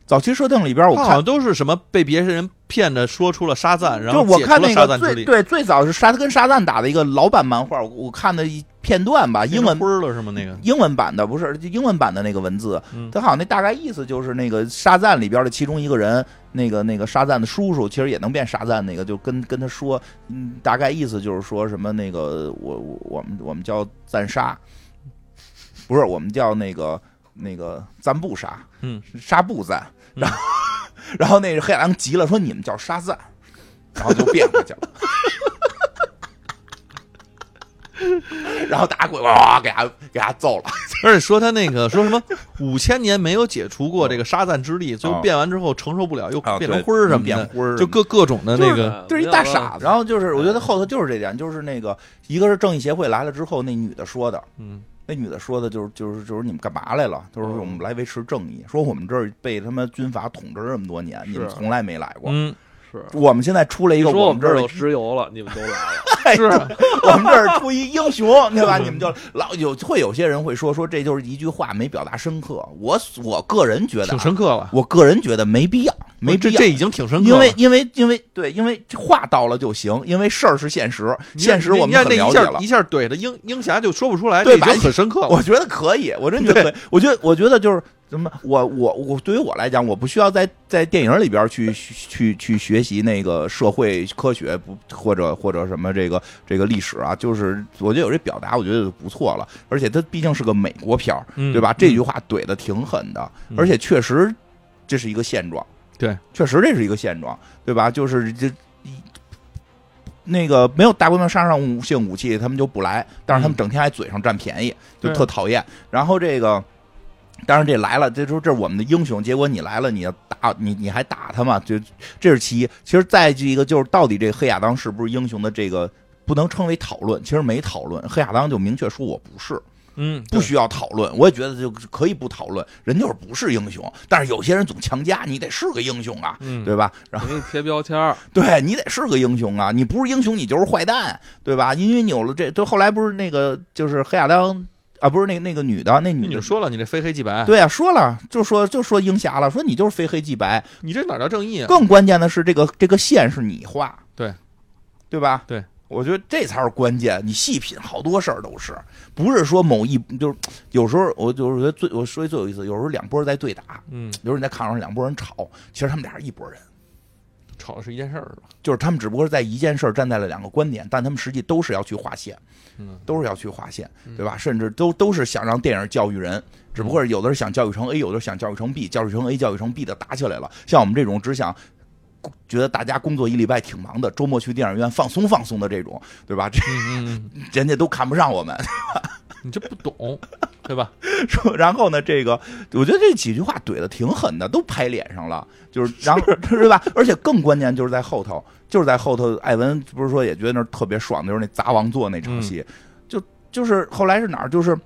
早期设定里边我他好看像都是什么被别人骗着说出了沙赞，然就后是我解除看了那沙个赞之最力，对最早是沙跟沙赞打的一个老版漫画，我我看的一片段吧，英文灰儿了是吗？那个英文版的不是就英文版的那个文字嗯，它好像那大概意思就是那个沙赞里边的其中一个人，那个那个沙赞的叔叔其实也能变沙赞，那个就跟跟他说，嗯，大概意思就是说什么那个我我我们我们叫赞沙，不是我们叫那个那个赞布沙，嗯，沙布赞，嗯然后、 然后那个黑海狼急了，说你们叫沙赞，然后就变回去了。 然后打鬼哇，给他给他揍了。 而且说他那个说什 么五千年没有解除过这个沙赞之力，最哦后变完之后承受不了，又啊变成对灰儿什么变的，灰儿什么的哦嗯就各各种的那个，就是一大傻子。然后就是，我觉得后头就是这点，就是那个一个是正义协会来了之后，那女的说的，嗯，那女的说的就是就是就是你们干嘛来了？就是嗯我们来维持正义，说我们这儿被他妈军阀统治了这么多年，你们是从来没来过。嗯，是，我们现在出了一你个说我们们这这儿儿的有石油了，你们都来 了。哎是我们这儿出一英雄，对吧？你们就老有会有些人会说说这就是一句话没表达深刻。我我个人觉得挺啊，深刻了，我个人觉得没必要，没这必要这。已经挺深刻了，因为因为因为对，因为话到了就行，因为事儿是现实，你现看实我们你看很那了一解下了一。下怼的英英侠就说不出来，对这已经吧很深刻了。我觉得可以，我真觉得可以，我觉得我觉得就是怎么，我我我对于我来讲，我不需要在在电影里边去去去学习那个社会科学不或者或者什么这个这个历史啊，就是我觉得有这表达，我觉得就不错了，而且它毕竟是个美国片儿，嗯对吧？这句话怼的挺狠的，嗯而且确实这是一个现状，对，确实这是一个现状，对吧？就是这。那个没有大规模杀伤性武器，他们就不来，但是他们嗯整天还嘴上占便宜，就对啊特讨厌。然后这个，当然这来了，这时候这是我们的英雄，结果你来了，你要打你你还打他嘛？就这是其一。其实再一个就是，到底这黑亚当是不是英雄的这个不能称为讨论，其实没讨论。黑亚当就明确说我不是，嗯，不需要讨论。我也觉得就可以不讨论，人就是不是英雄。但是有些人总强加，你得是个英雄啊，嗯对吧？然后。 我给你贴标签儿，对你得是个英雄啊！你不是英雄，你就是坏蛋，对吧？因为你有了这，就后来不是那个，就是黑亚当啊，不是那那个女的，那那女你的就说了，你这非黑即白，对啊，说了就说就说英侠了，说你就是非黑即白。你这哪叫正义啊？更关键的是，这个这个线是你画，对对吧？对，我觉得这才是关键。你细品，好多事儿都是，不是说某一就是有时候我就是觉得最我说一最有意思，有时候两拨儿在对打，嗯，有时候你在炕上两拨人吵，其实他们俩是一拨人。吵的是一件事儿吧？就是他们只不过是在一件事儿站在了两个观点，但他们实际都是要去划线，嗯，都是要去划线，对吧？甚至都都是想让电影教育人，只不过是有的是想教育成 A，有的是想教育成 B，教育成 A，教育成 B 的打起来了。像我们这种只想觉得大家工作一礼拜挺忙的，周末去电影院放松放松的这种，对吧？这嗯嗯，人家都看不上我们，你这不 懂，对吧？嗯说，然后呢，这个我觉得这几句话怼的挺狠的，都拍脸上了，就是然后对吧？而且更关键就是在后头，就是在后头，艾文不是说也觉得那儿特别爽，就是那砸王座那场戏，就就是后来是哪儿？就是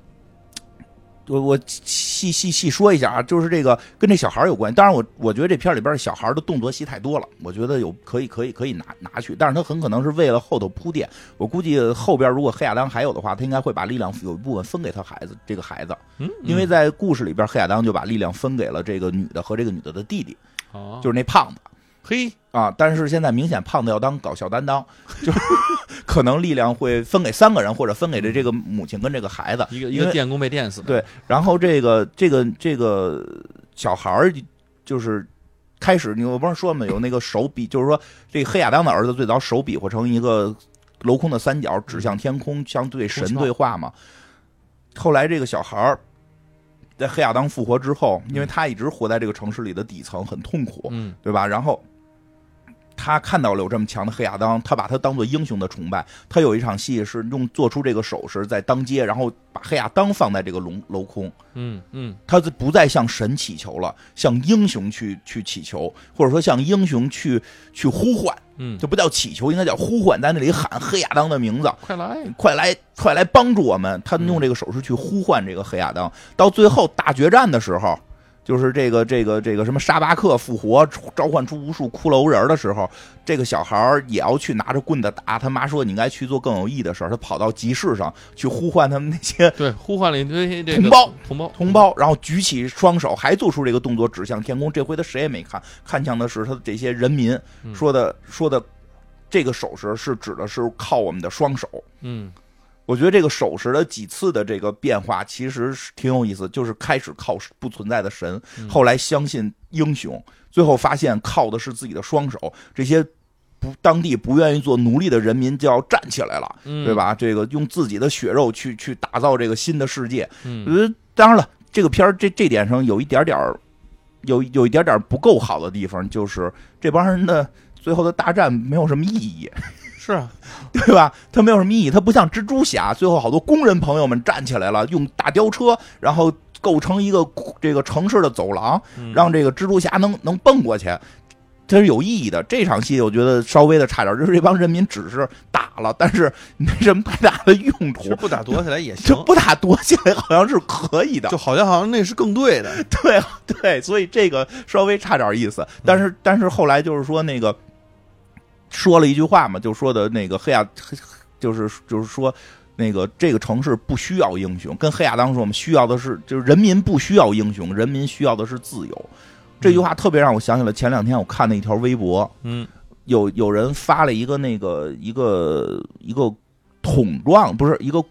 我我细细细说一下啊，就是这个跟这小孩儿有关。当然我，我觉得这片儿里边儿小孩儿的动作戏太多了，我觉得有可以可以可以拿拿去，但是他很可能是为了后头铺垫。我估计后边如果黑亚当还有的话，他应该会把力量有一部分分给他孩子这个孩子。嗯，因为在故事里边，黑亚当就把力量分给了这个女的和这个女的的弟弟，啊，就是那胖子嘿，啊。但是现在明显胖子要当搞笑担当，就是 可能力量会分给三个人，或者分给这这个母亲跟这个孩子。一个一因为个电工被电死的，对，然后这个这个这个小孩儿就是开始，你我不是说嘛，有那个手比，就是说这黑亚当的儿子最早手比划成一个镂空的三角，指向天空，相对神对话嘛。后来这个小孩儿在黑亚当复活之后，因为他一直活在这个城市里的底层，很痛苦，嗯，对吧？然后他看到了有这么强的黑亚当，他把他当做英雄的崇拜。他有一场戏是用做出这个手势在当街，然后把黑亚当放在这个龙镂空，嗯嗯他就不再向神祈求了，向英雄去去祈求，或者说向英雄去去呼唤，嗯，这不叫祈求，应该叫呼唤，在那里喊黑亚当的名字。快来，快来，快来帮助我们！他用这个手势去呼唤这个黑亚当。到最后大决战的时候，就是这个这个这个什么沙巴克复活，召唤出无数骷髅人的时候，这个小孩儿也要去拿着棍子打。他妈说你应该去做更有意义的事儿，他跑到集市上去呼唤他们那些对，呼唤了一堆这个同胞。同胞同，胞，然后举起双手，还做出这个动作指向天空。这回他谁也没看，看向的是他的这些人民嗯说的说的，这个手势是指的是靠我们的双手。嗯我觉得这个手势的几次的这个变化其实是挺有意思，就是开始靠不存在的神，嗯后来相信英雄，最后发现靠的是自己的双手。这些不当地不愿意做奴隶的人民就要站起来了，嗯，对？吧？这个用自己的血肉去去打造这个新的世界。嗯呃，当然了，这个片儿这这点上有一点点儿，有有一点点儿不够好的地方，就是这帮人的最后的大战没有什么意义。 是啊，对吧？它没有什么意义，它不像蜘蛛侠，最后好多工人朋友们站起来了，用大吊车，然后构成一个这个城市的走廊，嗯让这个蜘蛛侠能能蹦过去，这是有意义的。这场戏我觉得稍微的差点，就是这帮人民只是打了，但是没什么太大的用其实途。不打躲起来也这行，不打躲起来好像是可以的就，好像好像那是更对的， 对啊对，所以这个稍微差点意思，但是但是后来就是说那个说了一句话嘛，就说的那个黑亚，黑就是就是说那个这个城市不需要英雄，跟黑亚当说我们需要的是就是人民不需要英雄，人民需要的是自由。这句话特别让我想起了前两天我看的一条微博，嗯有有人发了一个那个一个一个桶状，不是一个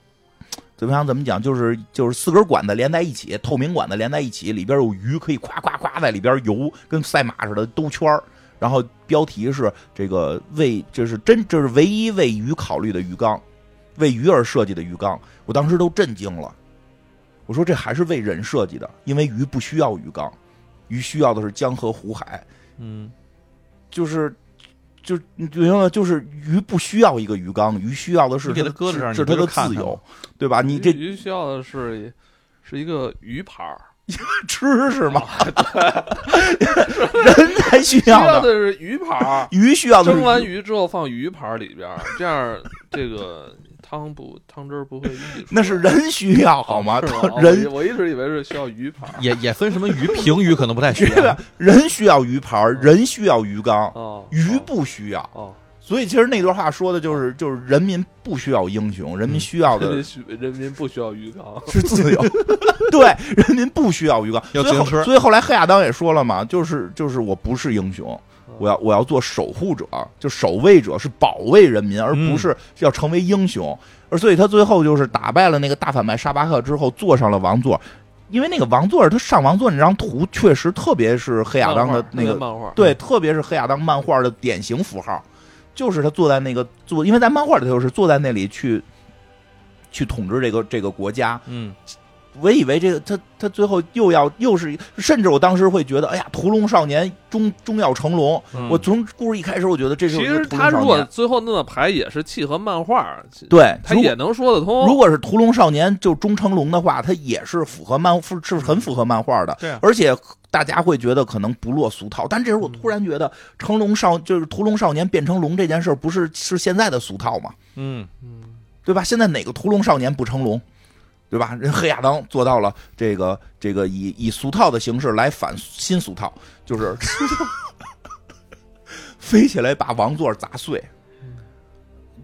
怎么样怎么讲，就是就是四根管子连在一起，透明管子连在一起，里边有鱼可以夸夸夸在里边游，跟赛马似的兜圈儿。然后标题是这个为这是真这是唯一为鱼考虑的鱼缸，为鱼而设计的鱼缸，我当时都震惊了。我说这还是为人设计的，因为鱼不需要鱼缸，鱼需要的是江河湖海。嗯就是就你明白吗？就是鱼不需要一个鱼缸，鱼需要的是你给它它搁在这儿是是它你不的就看自它由吗，对吧？你这鱼需要的是是一个鱼盘儿，吃是吗？人才需需要要的，。的是鱼盘儿鱼需要的蒸完是鱼。鱼之后放鱼盘儿里边 儿，这样这个汤不汤汁儿不会溢出来。那是人需要好吗？是他哦我一人啊我一直以为是需要鱼盘儿。也也分什么鱼， 平鱼可能 不太需啊这要个，人需要鱼盘儿，人需要鱼缸，哦，鱼哦不需要。哦，所以其实那段话说的就是，就是人民不需要英雄，人民需要人 的民需人民不需要鱼缸。 是自由。 对，人民不需要鱼缸。要所以自行后车所以后来黑亚当也说了嘛，就是就是我不是英雄，我嗯要要我要做守护者，就守卫者是保卫人民，而嗯不是要成为英雄。而所以他最后就是打败了那个大反派沙巴克之后，坐上了王座。因为那个王座，他上王座那张图确实特别是黑亚当的那个漫画，对，特别是黑亚当漫画的典型符号，就是他坐在那个坐，因为在漫画里头是坐在那里去去统治这个这个国家，嗯我以为这个他他最后又要又是一，甚至我当时会觉得，哎呀，屠龙少年终终要成龙。嗯我从故事一开始，我觉得这是其一个实屠他龙如少果年。最后那么排也是契合漫画，其对，他如果也能说得通。如果是屠龙少年就钟成龙的话，他也是符合漫是是很符合漫画的，对啊而且大家会觉得可能不落俗套。但这时候我突然觉得，成龙少就是屠龙少年变成龙这件事，不是是现在的俗套吗？嗯，嗯对吧？现在哪个屠龙少年不成龙？对吧？人黑亚当做到了这个这个以以俗套的形式来反新俗套，就是 飞起来把王座砸碎。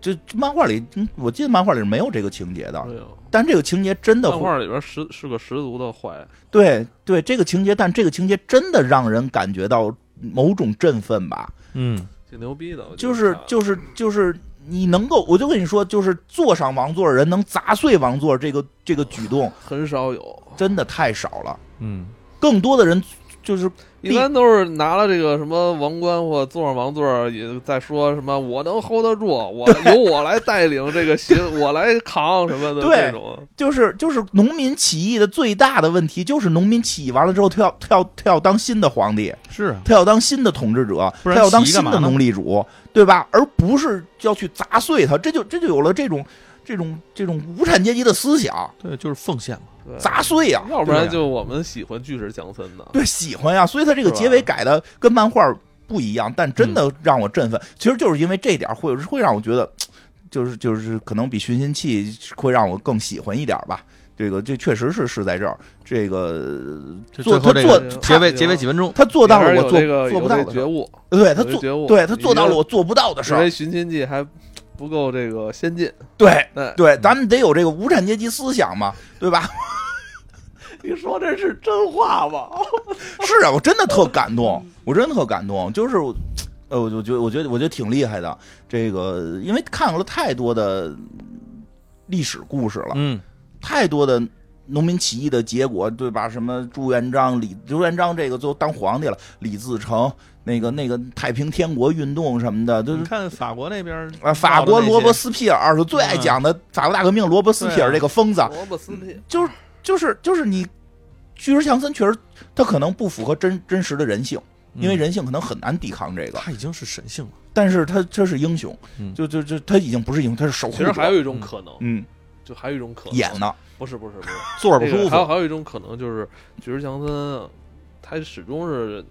这这漫画里，嗯我记得漫画里是没有这个情节的，没有。啊但这个情节真的漫会画里边十是个十足的坏，对对，这个情节，但这个情节真的让人感觉到某种振奋吧，嗯，挺牛逼的。我觉得就是看就是就是你能够，我就跟你说，就是坐上王座的人能砸碎王座这个这个举动，很少有，真的太少了，嗯，更多的人就是一般都是拿了这个什么王冠或坐上王座儿，也在说什么我能 hold 得住， 我由我来带领这个行，我来扛什么的这对种。就是就是农民起义的最大的问题，就是农民起义完了之后，他要他要他要当新的皇帝，是啊，他要当新的统治者，不他然要当起义干新嘛的呢奴隶主，对吧？而不是要去砸碎他，这就这就有了这种这种这种无产阶级的思想，对，就是奉献嘛，对，砸碎呀、要不然对啊就我们喜欢巨石强森的。对，喜欢呀、所以他这个是吧嗯结尾改的跟漫画不一样，但真的让我振奋。其实就是因为这点儿会会让我觉得，就是就是可能比寻秦记会让我更喜欢一点儿吧。这个这确实是是在这儿，这个就做最后他这个做结他尾结尾几分钟，他做到了我做里边有这个做不到有这的事觉儿，悟，对他有这觉做悟对他做到了有我做不到的事因儿为，寻秦记还不够这个先进。对对，对，咱们得有这个无产阶级思想嘛，对吧？你说这是真话吗？是啊，我真的特感动，我真的特感动，就是我，呃，我就觉得，我觉得，我觉得挺厉害的。这个，因为看过了太多的历史故事了，嗯，太多的农民起义的结果，对吧？什么朱元璋、李朱元璋这个最后当皇帝了，李自成那个那个太平天国运动什么的，都你是。看法国那边啊，法国罗伯伯斯皮尔是最爱讲的法国大革命，罗伯斯皮尔这个疯子，萝卜丝屁，就是就是就是你，巨石强森确实他可能不符合真真实的人性，因嗯为人性可能很难抵抗这个，他已经是神性了，但是他这是英雄，嗯就就就他已经不是英雄，他是守护其实者。还有一种可能，嗯就还有一种可能演呢，不是不是不是，坐着不这个舒还有服，还有一种可能就是巨石强森，他始终是。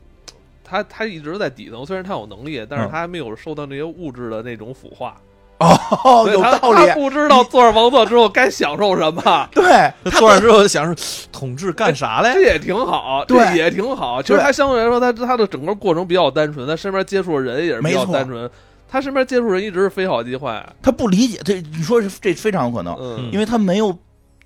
他他一直在底层，虽然他有能力，但是嗯他还没有受到那些物质的那种腐化，哦，所以有他道他理，不知道坐上王座之后该享受什么，对，他坐着之后想说哎统治干啥这嘞？也挺好，哎对这也挺好。其实对他相对来说，他他的整个过程比较单纯，他身边接触的人也是比没较错单纯，他身边接触人一直是非好即坏，他不理解，这你说是这非常有可能，嗯，因为他没有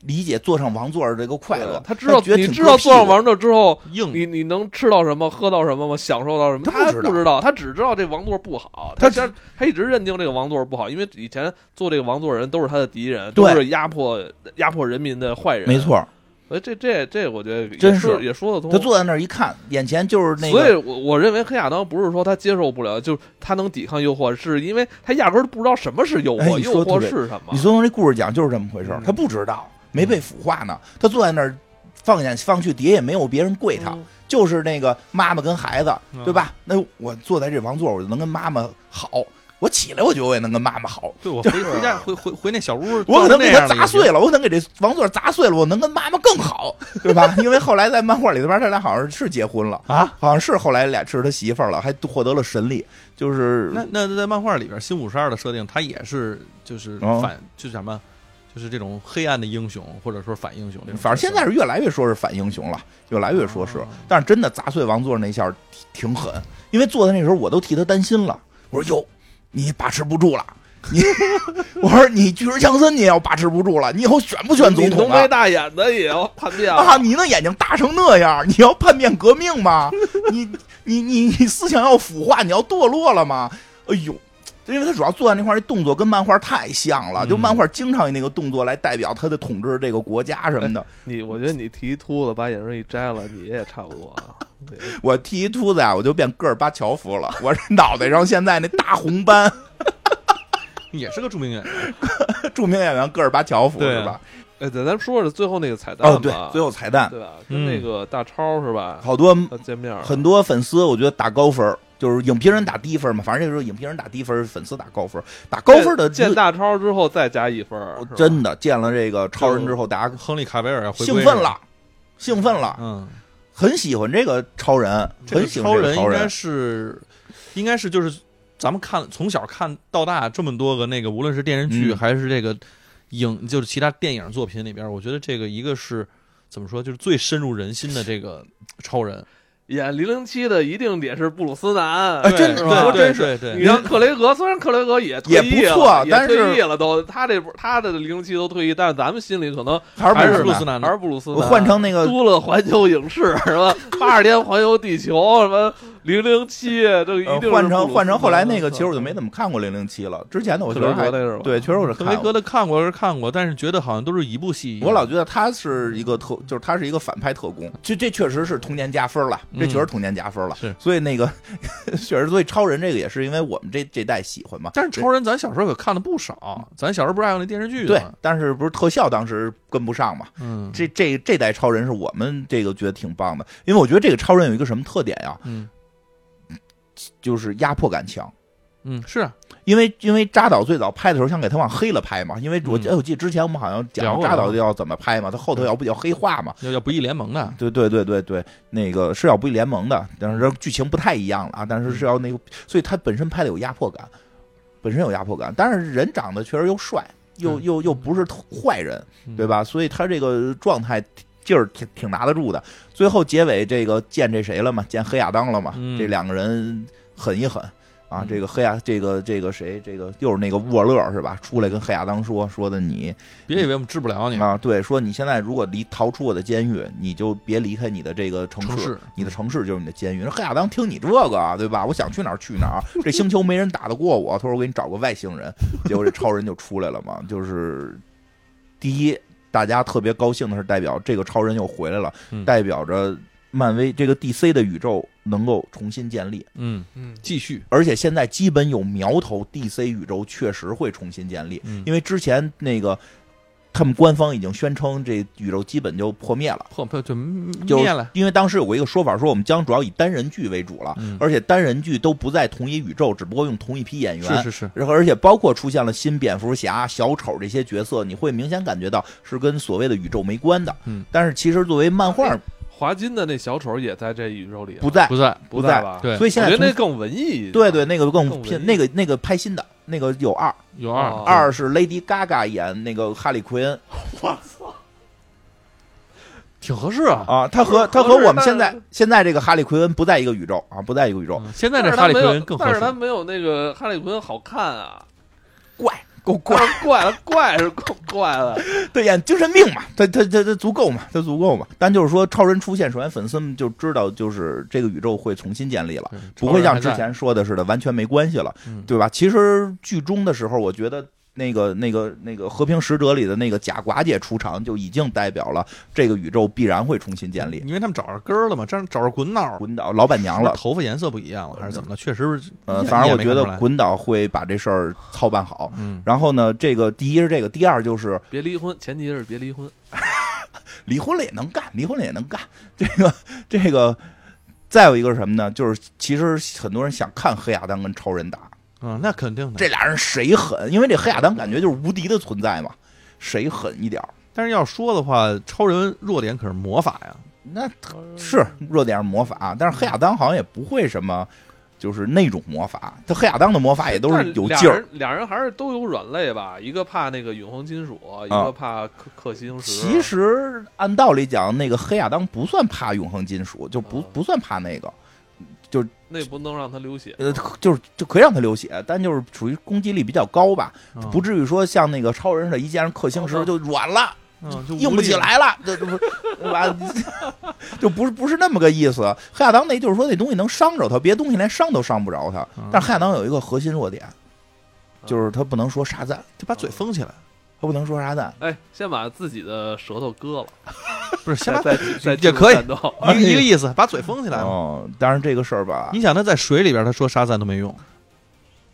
理解坐上王座儿这个快乐对，他知道觉得你挺知道割屁坐上股王座之后，硬你你能吃到什么，喝到什么吗？享受到什么？他不他知不道知道，他只知道这王座不好。他他其实他一直认定这个王座不好，因为以前做这个王座的人都是他的敌人，对都是压迫压迫人民的坏人。没，错，所以这这这，我觉得也真是是也说得通。他坐在那儿一看，眼前就是那所以个，我，我认为黑亚当不是说他接受不了，就是他能抵抗诱惑，是因为他压根儿不知道什么是诱哎惑，你说诱惑得对是什么你。从这故事讲就是这么回事儿嗯他不知道，没被腐化呢，他坐在那儿放眼放去，底下也没有别人跪他，嗯就是那个妈妈跟孩子，嗯对吧？那我坐在这王座，我就能跟妈妈好。我起来，我觉得我也能跟妈妈好。对我回回家回回回那小屋，我可能给那他样的砸碎了，我可能给这王座砸碎了，我能跟妈妈更 好，对吧？因为后来在漫画里边，他俩好像是结婚了，啊。好像是后来俩是他媳妇儿了，还获得了神力，就是那那在漫画里边，新五十二的设定，他也是就是哦反，就是什么，就是这种黑暗的英雄，或者说反英雄这种角色。反正现在是越来越说是反英雄了，越来越说是，但是真的砸碎王座那一下挺挺狠，因为坐在那时候我都替他担心了。我说哟，你把持不住了，你 我说你巨石强森你也要把持不住了，你以后选不选你总浓统眉啊？大眼的也要叛变了 啊，你那眼睛大成那样，你要叛变革命吗？你你你你思想要腐化，你要堕落了吗？哎呦！因为他主要坐在那块儿，这动作跟漫画太像了，就嗯漫画经常以那个动作来代表他的统治这个国家什么的。你我觉得你提秃子把眼镜一摘了，你也差不多啊。对我剃一秃子啊，我就变戈尔巴乔夫了，我这脑袋上现在那大红斑， 也是个著名演员，著名演员戈尔巴乔夫对啊是吧？哎，对，咱们说说最后那个彩蛋哦，吧，对，最后彩蛋，对吧？跟那个大超是吧？好多要见面了，很多粉丝我觉得打高分儿，就是影评人打低分嘛，反正就是影评人打低分，粉丝打高分儿，打高分儿的见大超之后再加一分我，是吧真的见了这个超人之后，大家亨利卡维尔啊要回归兴奋，了，兴奋了，嗯，很喜欢这个超人，嗯这很个喜欢这个人超应该人。是，应该是就是咱们看从小看到大这么多个那个，无论是电视剧嗯还是这个影，就是其他电影作品里边，我觉得这个一个是怎么说，就是最深入人心的这个超人，演零零七的一定得是布鲁斯南，哎真对的是吧吧？说真是对你对让克雷格，虽然克雷格也退役也了不错啊也但是退役了都，他这不他的零零七都退役，但是咱们心里可能还是还布是鲁布斯鲁南斯南还的，是布鲁斯我南。换成那个多了环球影视什么八十天环游地球什么零零七，这个一定呃是布鲁斯南、嗯换成换成后来那个，其实我就没么怎么看过零零七了，之前的我克确雷实格那还是吧？对，确实我是克看雷格过。的看过是看过，但是觉得好像都是一部戏，我老觉得他是一个特，就是他是一个反派特工，嗯这这确实是童年加分了，这确实童年加分了。是所以那个 确实，所以超人这个也是因为我们这这代喜欢嘛。但是超人咱小时候可看的不少，咱小时候不是还有那电视剧对吗？，但是不是特效当时跟不上嘛？嗯，这这这代超人是我们这个觉得挺棒的，因为我觉得这个超人有一个什么特点呀、嗯就是压迫感强。嗯是啊，因为因为扎导最早拍的时候想给他往黑了拍嘛，因为我、嗯哎我记得之前我们好像聊讲过扎导要怎么拍嘛，他后头要不要黑化嘛？要要不义联盟的，对对对对对，那个是要不义联盟的，但是剧情不太一样了啊，但是是嗯要那个，所以他本身拍的有压迫感，本身有压迫感，但是人长得确实又帅，又嗯又又不是特坏人，嗯对吧？所以他这个状态劲儿挺挺拿得住的。最后结尾这个见这谁了嘛？见黑亚当了嘛？嗯这两个人狠一狠啊！嗯这个黑亚，这个这个谁，这个又是那个沃勒是吧？出来跟黑亚当说说的你别以为我们治不了你，啊，对，说你现在如果离逃出我的监狱，你就别离开你的这个城市，城市嗯你的城市就是你的监狱。那黑亚当听你这个啊，对吧？我想去哪儿去哪儿，这星球没人打得过我。他说我给你找个外星人，结果这超人就出来了嘛。就是第一，大家特别高兴的是，代表这个超人又回来了，嗯代表着漫威这个 DC 的宇宙能够重新建立。嗯，嗯，继续，而且现在基本有苗头，DC 宇宙确实会重新建立，嗯，因为之前那个他们官方已经宣称这宇宙基本就破灭了。破破就就灭了，因为当时有过一个说法，说我们将主要以单人剧为主了，嗯而且单人剧都不在同一宇宙，只不过用同一批演员。是是是，然后，而且包括出现了新蝙蝠侠、小丑这些角色，你会明显感觉到是跟所谓的宇宙没关的。嗯，但是其实作为漫画华金的那小丑也在这宇宙里啊，不在，不在，不不在吧？对啊所我以现在觉得那从更文艺一点，对对那个更更文偏艺那个那个拍新的那个有二有二哦二是 Lady Gaga 演那个哈利奎恩挺合适啊。啊，他和他合适和我们但现在现在这个哈利奎恩不在一个宇宙啊，不在一个宇宙，嗯现在但这是哈他利没奎有恩，更合但适是，他没有那个哈利奎恩好看啊，怪够 怪，但是怪了怪是够怪了，对演精神病嘛，他他他他足够嘛，他足够嘛。但就是说，超人出现，首先粉丝们就知道，就是这个宇宙会重新建立了，对不会超人像还之在前说的似的完全没关系了嗯，对吧？其实剧中的时候，我觉得。那个、那个、那个《和平使者》里的那个假寡姐出场，就已经代表了这个宇宙必然会重新建立。因为他们找着根儿了嘛，这样找着滚脑儿了，滚岛老板娘了，头发颜色不一样了，还是怎么了？确实是，呃，你也反正我觉你也没看得出来滚岛会把这事儿操办好。嗯，然后呢，这个第一是这个，第二就是别离婚，前提是别离婚，离婚了也能干，离婚了也能干。这个 这个，再有一个是什么呢？就是其实很多人想看黑亚当跟超人打，嗯，那肯定的。这俩人谁狠？因为这黑亚当感觉就是无敌的存在嘛，谁狠一点儿？但是要说的话，超人弱点可是魔法呀，那是弱点是魔法，但是黑亚当好像也不会什么，就是那种魔法。他黑亚当的魔法也都是有但劲俩儿。人俩人还是都有软肋吧，一个怕那个永恒金属，一啊个怕克克星石。其实按道理讲，那个黑亚当不算怕永恒金属，就不啊不算怕那个，那不能让他流血，呃，就是就可以让他流血，但就是属于攻击力比较高吧。嗯不至于说像那个超人似的，一见着克星哦石哦就软了，嗯就 无硬不力起了。来了，这这不对吧？ 就不是不是那么个意思。黑亚当那就是说那东西能伤着他，别的东西连伤都伤不着他嗯。但是黑亚当有一个核心弱点，就是他不能说沙赞，就把嘴封起来，他不能说沙哦赞。哎，先把自己的舌头割了，不是先 啊再把再再也可以战斗。一个一个意思，把嘴封起来嘛。哦，当然这个事儿吧，你想他在水里边，他说沙赞都没用，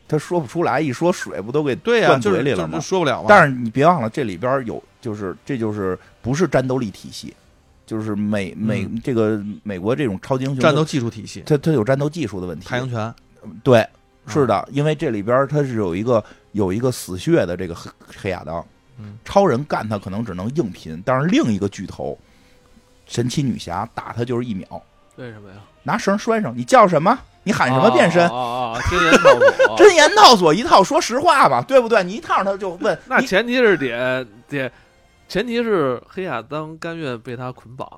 他说不出来，一说水不都给对呀、灌就是嘴里就了吗就？说不了嘛。但是你别忘了，这里边有就是这就是不是战斗力体系，就是美美、这个美国这种超级英雄嗯战斗技术体系，它它有战斗技术的问题。太阳嗯拳，对，是的，因为这里边它是有一个有一个死穴的这个黑黑亚当嗯，超人干他可能只能硬拼，但是另一个巨头神奇女侠打他就是一秒，为什么呀？拿绳拴上，你叫什么？你喊什么变哦身？。啊啊啊！啊天眼套索真言套索一套，说实话吧，对不对？你一套他就问，那你前提是得得，前提是黑亚当甘愿被他捆绑。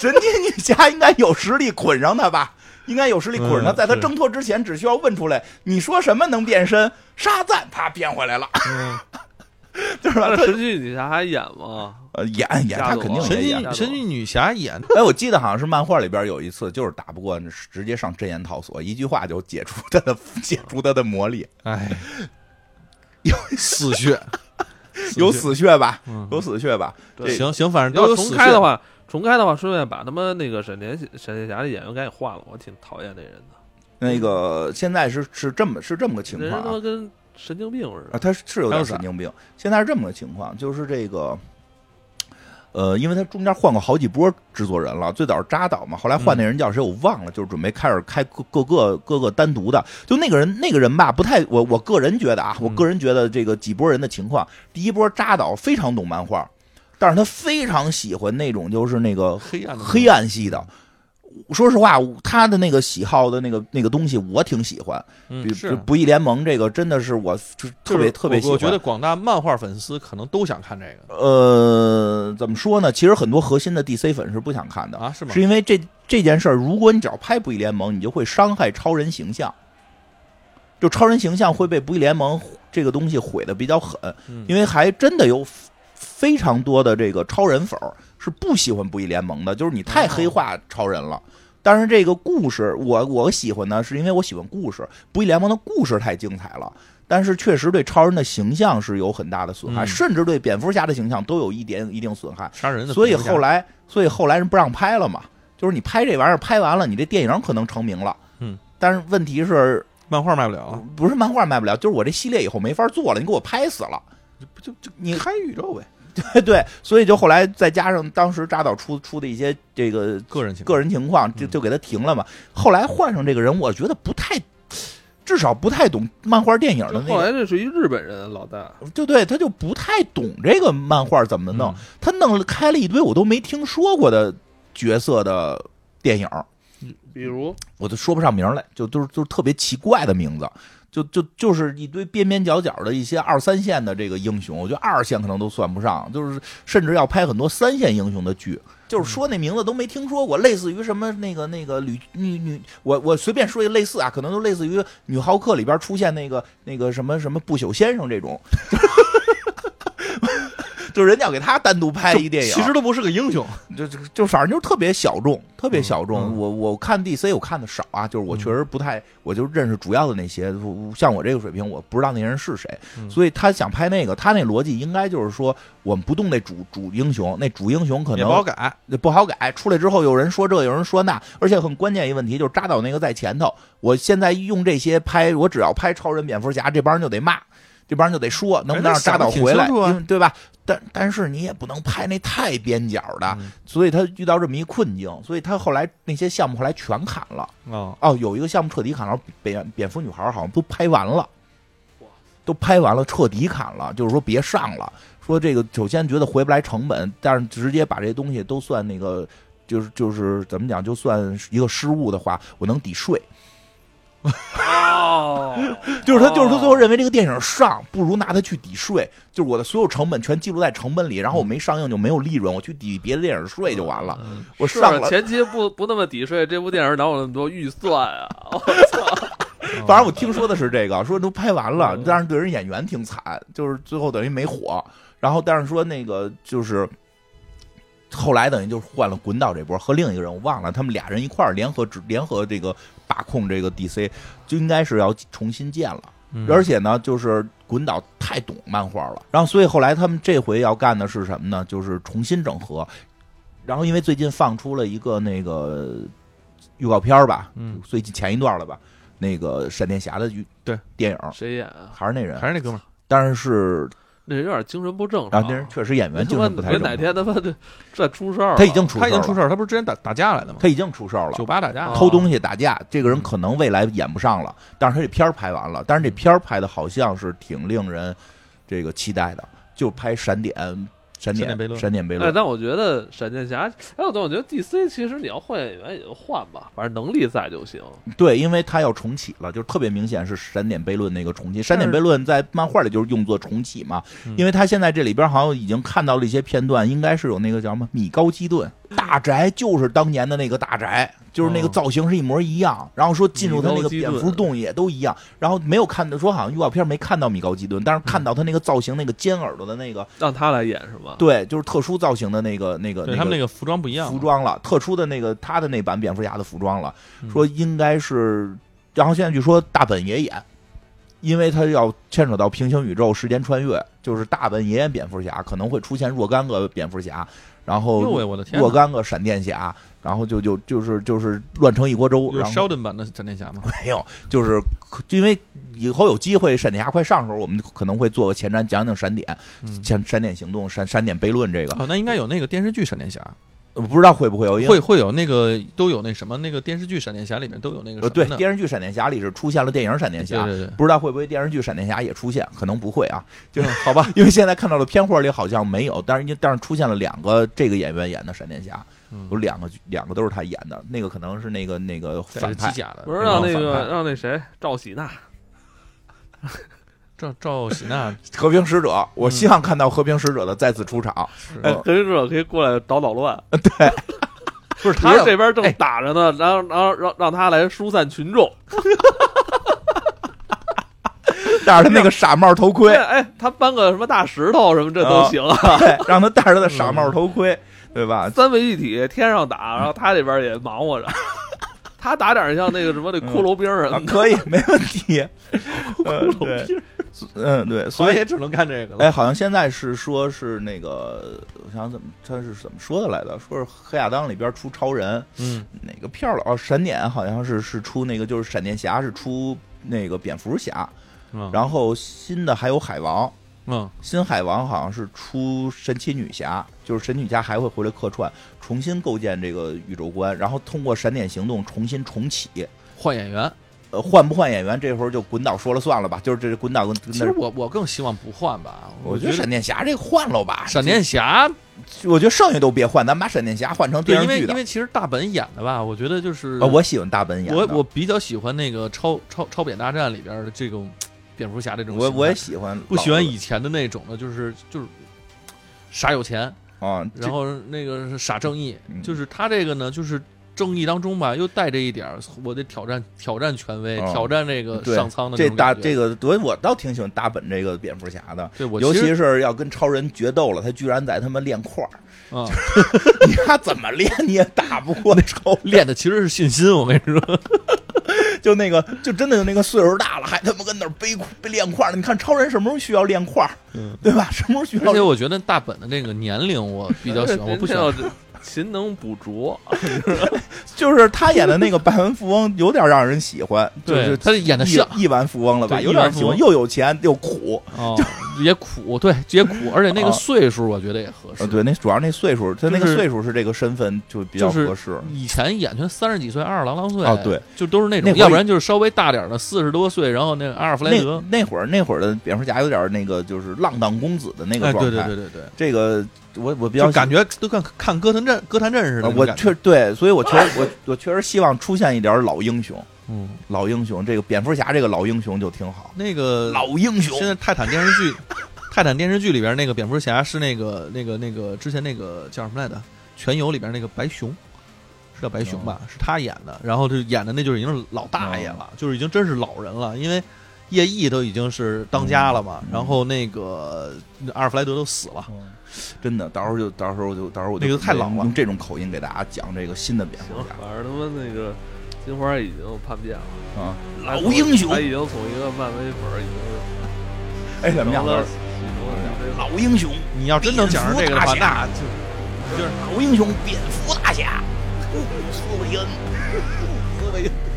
神奇女侠应该有实力捆上他吧？应该有实力捆上他，嗯在他是挣脱之前，只需要问出来，你说什么能变身？沙赞，啪变回来了，嗯就是吧那？他神奇女侠还演吗？呃演演吓他死我肯定了神也奇演。呀神奇女侠演哎，我记得好像是漫画里边有一次，就是打不过，直接上真言套索，一句话就解除他的解除他的魔力，哎，有死 穴，有死穴吧？嗯有死穴吧？对行行，反正要都有重死开穴的，话，重开的话，顺便把他们那个闪电闪电侠的演员赶紧换了，我挺讨厌那人的，那个现在是是这么是这么个情那况、人啊他，妈跟神经病似啊，的。他是是有还点有神啥经病。现在是这么个情况，就是这个，呃，因为他中间换过好几波制作人了，最早是扎导嘛，后来嗯换那人叫谁我忘了，就是准备开始开各各个各个单独的。就那个人那个人吧，不太我我个人觉得啊，我嗯个人觉得这个几波人的情况，第一波扎导非常懂漫画，但是他非常喜欢那种就是那个黑暗的黑暗系的。嗯说实话，他的那个喜好的那个那个东西，我挺喜欢。嗯比是就不义联盟这个真的是我就特别就是特别喜我欢。我觉得广大漫画粉丝可能都想看这个呃，怎么说呢？其实很多核心的 DC 粉是不想看的，啊，是吗是？因为这这件事儿，如果你只要拍不义联盟，你就会伤害超人形象，就超人形象会被不义联盟 这个东西毁的比较狠，嗯因为还真的有非非常多的这个超人粉儿是不喜欢不义联盟的，就是你太黑化超人了。但是这个故事，我我喜欢呢，是因为我喜欢故事。不义联盟的故事太精彩了，但是确实对超人的形象是有很大的损害，嗯甚至对蝙蝠侠的形象都有一点一定损害。杀人的蝙蝠侠，所以后来，所以后来人不让拍了嘛，就是你拍这玩意儿拍完了，你这电影可能成名了，嗯，哦但是问题是漫画卖不了，不是漫画卖不了，就是我这系列以后没法做了，你给我拍死了。不就就你开宇宙呗， 对，所以就后来再加上当时扎导出出的一些这个个人情个人情况，就嗯就给他停了嘛。后来换上这个人，我觉得不太，至少不太懂漫画电影啊的就那后来个，这是一日本人老大，就对，他就不太懂这个漫画怎么嗯弄，他弄了开了一堆我都没听说过的角色的电影，比 如我都说不上名来，就都是就是特别奇怪的名字。就就就是一堆边边角角的一些二三线的这个英雄，我觉得二线可能都算不上，就是甚至要拍很多三线英雄的剧，就是说那名字都没听说过，类似于什么那个那个女女女，我我随便说一个类似啊，可能都类似于《女浩克》里边出现那个那个什么什么不朽先生这种， 就是人家要给他单独拍一电影，其实都不是个英雄，就就就反正就是特别小众，特别小众。嗯嗯我我看 DC 我看的少啊，就是我嗯确实不太，我就认识主要的那些，我像我这个水平，我不知道那些人是谁，嗯所以他想拍那个，他那逻辑应该就是说，我们不动那主主英雄，那主英雄可也能不好改，不好改，出来之后有人说这，有人说那，而且很关键一问题就是扎导那个在前头，我现在用这些拍，我只要拍超人、蝙蝠侠，这帮人就得骂，这帮人就得说，能不能让扎导回哎那来，想得挺清楚啊因为对吧？但但是你也不能拍那太边角的，嗯所以他遇到这么一困境，所以他后来那些项目后来全砍了。哦，哦，有一个项目彻底砍了，蝙蝙蝠女孩好像都拍完了，都拍完了，彻底砍了，就是说别上了。说这个首先觉得回不来成本，但是直接把这些东西都算那个，就是就是怎么讲，就算是一个失误的话，我能抵税。哦，就是他，就是他最后哦认为这个电影上不如拿它去抵税，就是我的所有成本全记录在成本里，然后我没上映就没有利润，我去抵别的电影税就完了。嗯我是上了，前期不不那么抵税，这部电影哪有那么多预算啊？我操！嗯反哦正我听说的是这个，说都拍完了，嗯但是对人演员挺惨，就是最后等于没火。然后但是说那个就是后来等于就是换了滚导这波和另一个人我忘了，他们俩人一块儿联合执联合这个把控这个 DC，就应该是要重新建了。嗯而且呢，就是滚导太懂漫画了，然后所以后来他们这回要干的是什么呢？就是重新整合。然后因为最近放出了一个那个预告片儿吧，嗯，最近前一段了吧，那个闪电侠的预对电影谁演啊？还是那人，还是那哥们儿，但是那人有点精神不正常。啊然后那人确实演员他精妈神不太别正哦哪常，天他妈这这出事儿了，他已经出事他已经出儿事了，儿，他不是之前打打架来的吗？他已经出事儿了酒。吧打架，啊偷东西打架，这个人可能未来演不上了，但是他这片儿拍完了，但是这片儿拍的好像是挺令人这个期待的，就拍闪点，闪闪电悖点，论闪点悖哎，论，但我觉得闪电侠，哎，但我觉得 DC 其实你要换演员也就换吧，反正能力在就行。对，因为他要重启了，就特别明显是闪点悖论那个重启。闪点但悖论在漫画里就是用作重启嘛嗯，因为他现在这里边好像已经看到了一些片段，应该是有那个叫什么米高基顿大宅，就是当年的那个大宅，就是那个哦造型是一模一样。然后说进入他那米个高基蝙顿蝠洞也都一样，然后没有看到说好像预告片没看到米高基顿，但是看到他那个造型，那个尖耳朵的那个，让他来演是吗？对，就是特殊造型的那个那个对那他个们那个服装不一样嘛，服装了，特殊的那个他的那版蝙蝠侠的服装了，嗯说应该是，然后现在据说大本也演，因为他要牵扯到平行宇宙、时间穿越，就是大本也演蝙蝠侠，可能会出现若干个蝙蝠侠，然哟后哎喂，我的天哪，若干个闪电侠，然后就就就是就是乱成一锅粥，有然后 Sheldon 版的闪电侠吗？没有，就是 因为以后有机会闪电侠快上的时候，我们可能会做个前瞻，讲讲闪点、嗯闪闪点行动、闪闪点悖论这个，哦，那应该有那个电视剧闪电侠，呃不知道会不会有，因为会会有那个都有那什么那个电视剧闪电侠里面都有那个呃，什么对，的电视剧《闪电侠》里是出现了电影《闪电侠》对对对嗯不知道会不会电视剧《闪电侠》也出现，可能不会啊，就是 好 吧，因为现在看到的片货里好像没有，但是但是出现了两个这个演员演的闪电侠，嗯有两个两个都是他演的，那个可能是那个那个带着反机派，甲的，不是让那然后反个派让那谁赵喜娜，赵赵喜 娜和平使者，我嗯希望看到和平使者的再次出场， 是哎，黑者可以过来捣捣乱。不是他要这边正哎打着呢，然后然后让让他来疏散群众。戴着那个傻帽头 盔哎，哎，他搬个什么大石头什么这都啊行啊，对，让他戴着他的傻嗯帽头盔，对 吧？ 三位一体天上打，然后他这边也忙活着。 他打点像那个什么那骷髅兵儿什啊么，的，可以，没问 题。呃骷髅对，兵儿嗯，对，所以所以也只能干这个了。哎，好像现在是说是那个，我想想怎么他是怎么说的来的？说是黑亚当里边出超人嗯，哪个片儿了？哦，闪点好像是是出那个，就是闪电侠是出那个蝙蝠侠，嗯然后新的还有海王，嗯，新海王好像是出神奇女侠，就是神奇女侠还会回来客串，重新构建这个宇宙观，然后通过闪点行动重新重启。换演员。呃，换不换演员，这会儿就滚导说了算了吧，就是这滚导跟其那实。我我更希望不换吧，我觉觉得闪电侠这换了吧，闪电侠，我觉得剩下都别换，咱把闪电侠换成对电，视因为剧的因。为其实大本演的吧，我觉得就是啊，我喜欢大本演我的我比较喜欢那个超超超扁大战里边的这种蝙蝠侠这种我形态，我也喜欢老的，不喜欢以前的那种的，就是就是傻有钱，啊，这然后那个是傻正义嗯，就是他这个呢，就是正义当中吧，又带着一点儿我得挑战挑战权威，哦挑战这个对上苍的这大这个，个，我我倒挺喜欢大本这个蝙蝠侠的。对我尤实其是要跟超人决斗了，他居然在他妈练块儿， 啊，你他怎么练你也打不 过那超人，练的其实是信心，我跟你说， 就那个就真的就那个岁数大了，还他妈跟那儿背背练块儿。你看超人什么时候需要练块儿，嗯对吧？什么时候需而且要？我觉得大本的这个年龄我比较 喜欢，我不喜欢人家要勤能补拙，就是他演的那个百万富翁有点让人喜欢，就对是他演的像，亿亿万富翁了吧？对有亿点万喜富翁欢，又有钱又苦，哦，也苦，对，也苦，而且那个啊岁数我觉得也合适呃，。对，那主要那岁数，他那个就是岁数是这个身份就比较就是合适。以前演全三十几岁、二十郎当岁啊对，就都是那那种，会儿要不然就是稍微大点儿的四十多岁，然后那个阿尔弗雷那德，那会儿那会儿的蝙蝠侠有点那个就是浪荡公子的那个哎，状态。对对对对对，这个我我比较就感觉都跟看歌坛镇歌坛镇似喜欢，的那种我感觉，确对，所以我确我我确实希望出现一点老英雄，嗯，老英雄这个蝙蝠侠这个老英雄就挺好。那个老英雄现在泰坦电视剧，泰坦电视剧里边那个蝙蝠侠是那个那个那个之前那个叫什么来的《全游》里边那个白熊，是叫白熊哦吧？是他演的，然后就演的那就是已经是老大爷了，就是已经真是老人了，因为叶毅都已经是当家了嘛，嗯嗯然后那个阿尔弗莱德都死了。嗯真的，到时候就到时候就到时候我就那个太老了用这种口音给大家讲这个新的蝙蝠行侠，反正他妈那个金花已经叛变了，啊！他老从英雄他已经从一个漫威粉儿已经哎，怎么样？成了老老英雄，你要真能讲上这个的话，蝙蝠大那就老英雄，蝙蝠大侠，布鲁斯韦恩，布鲁斯韦恩。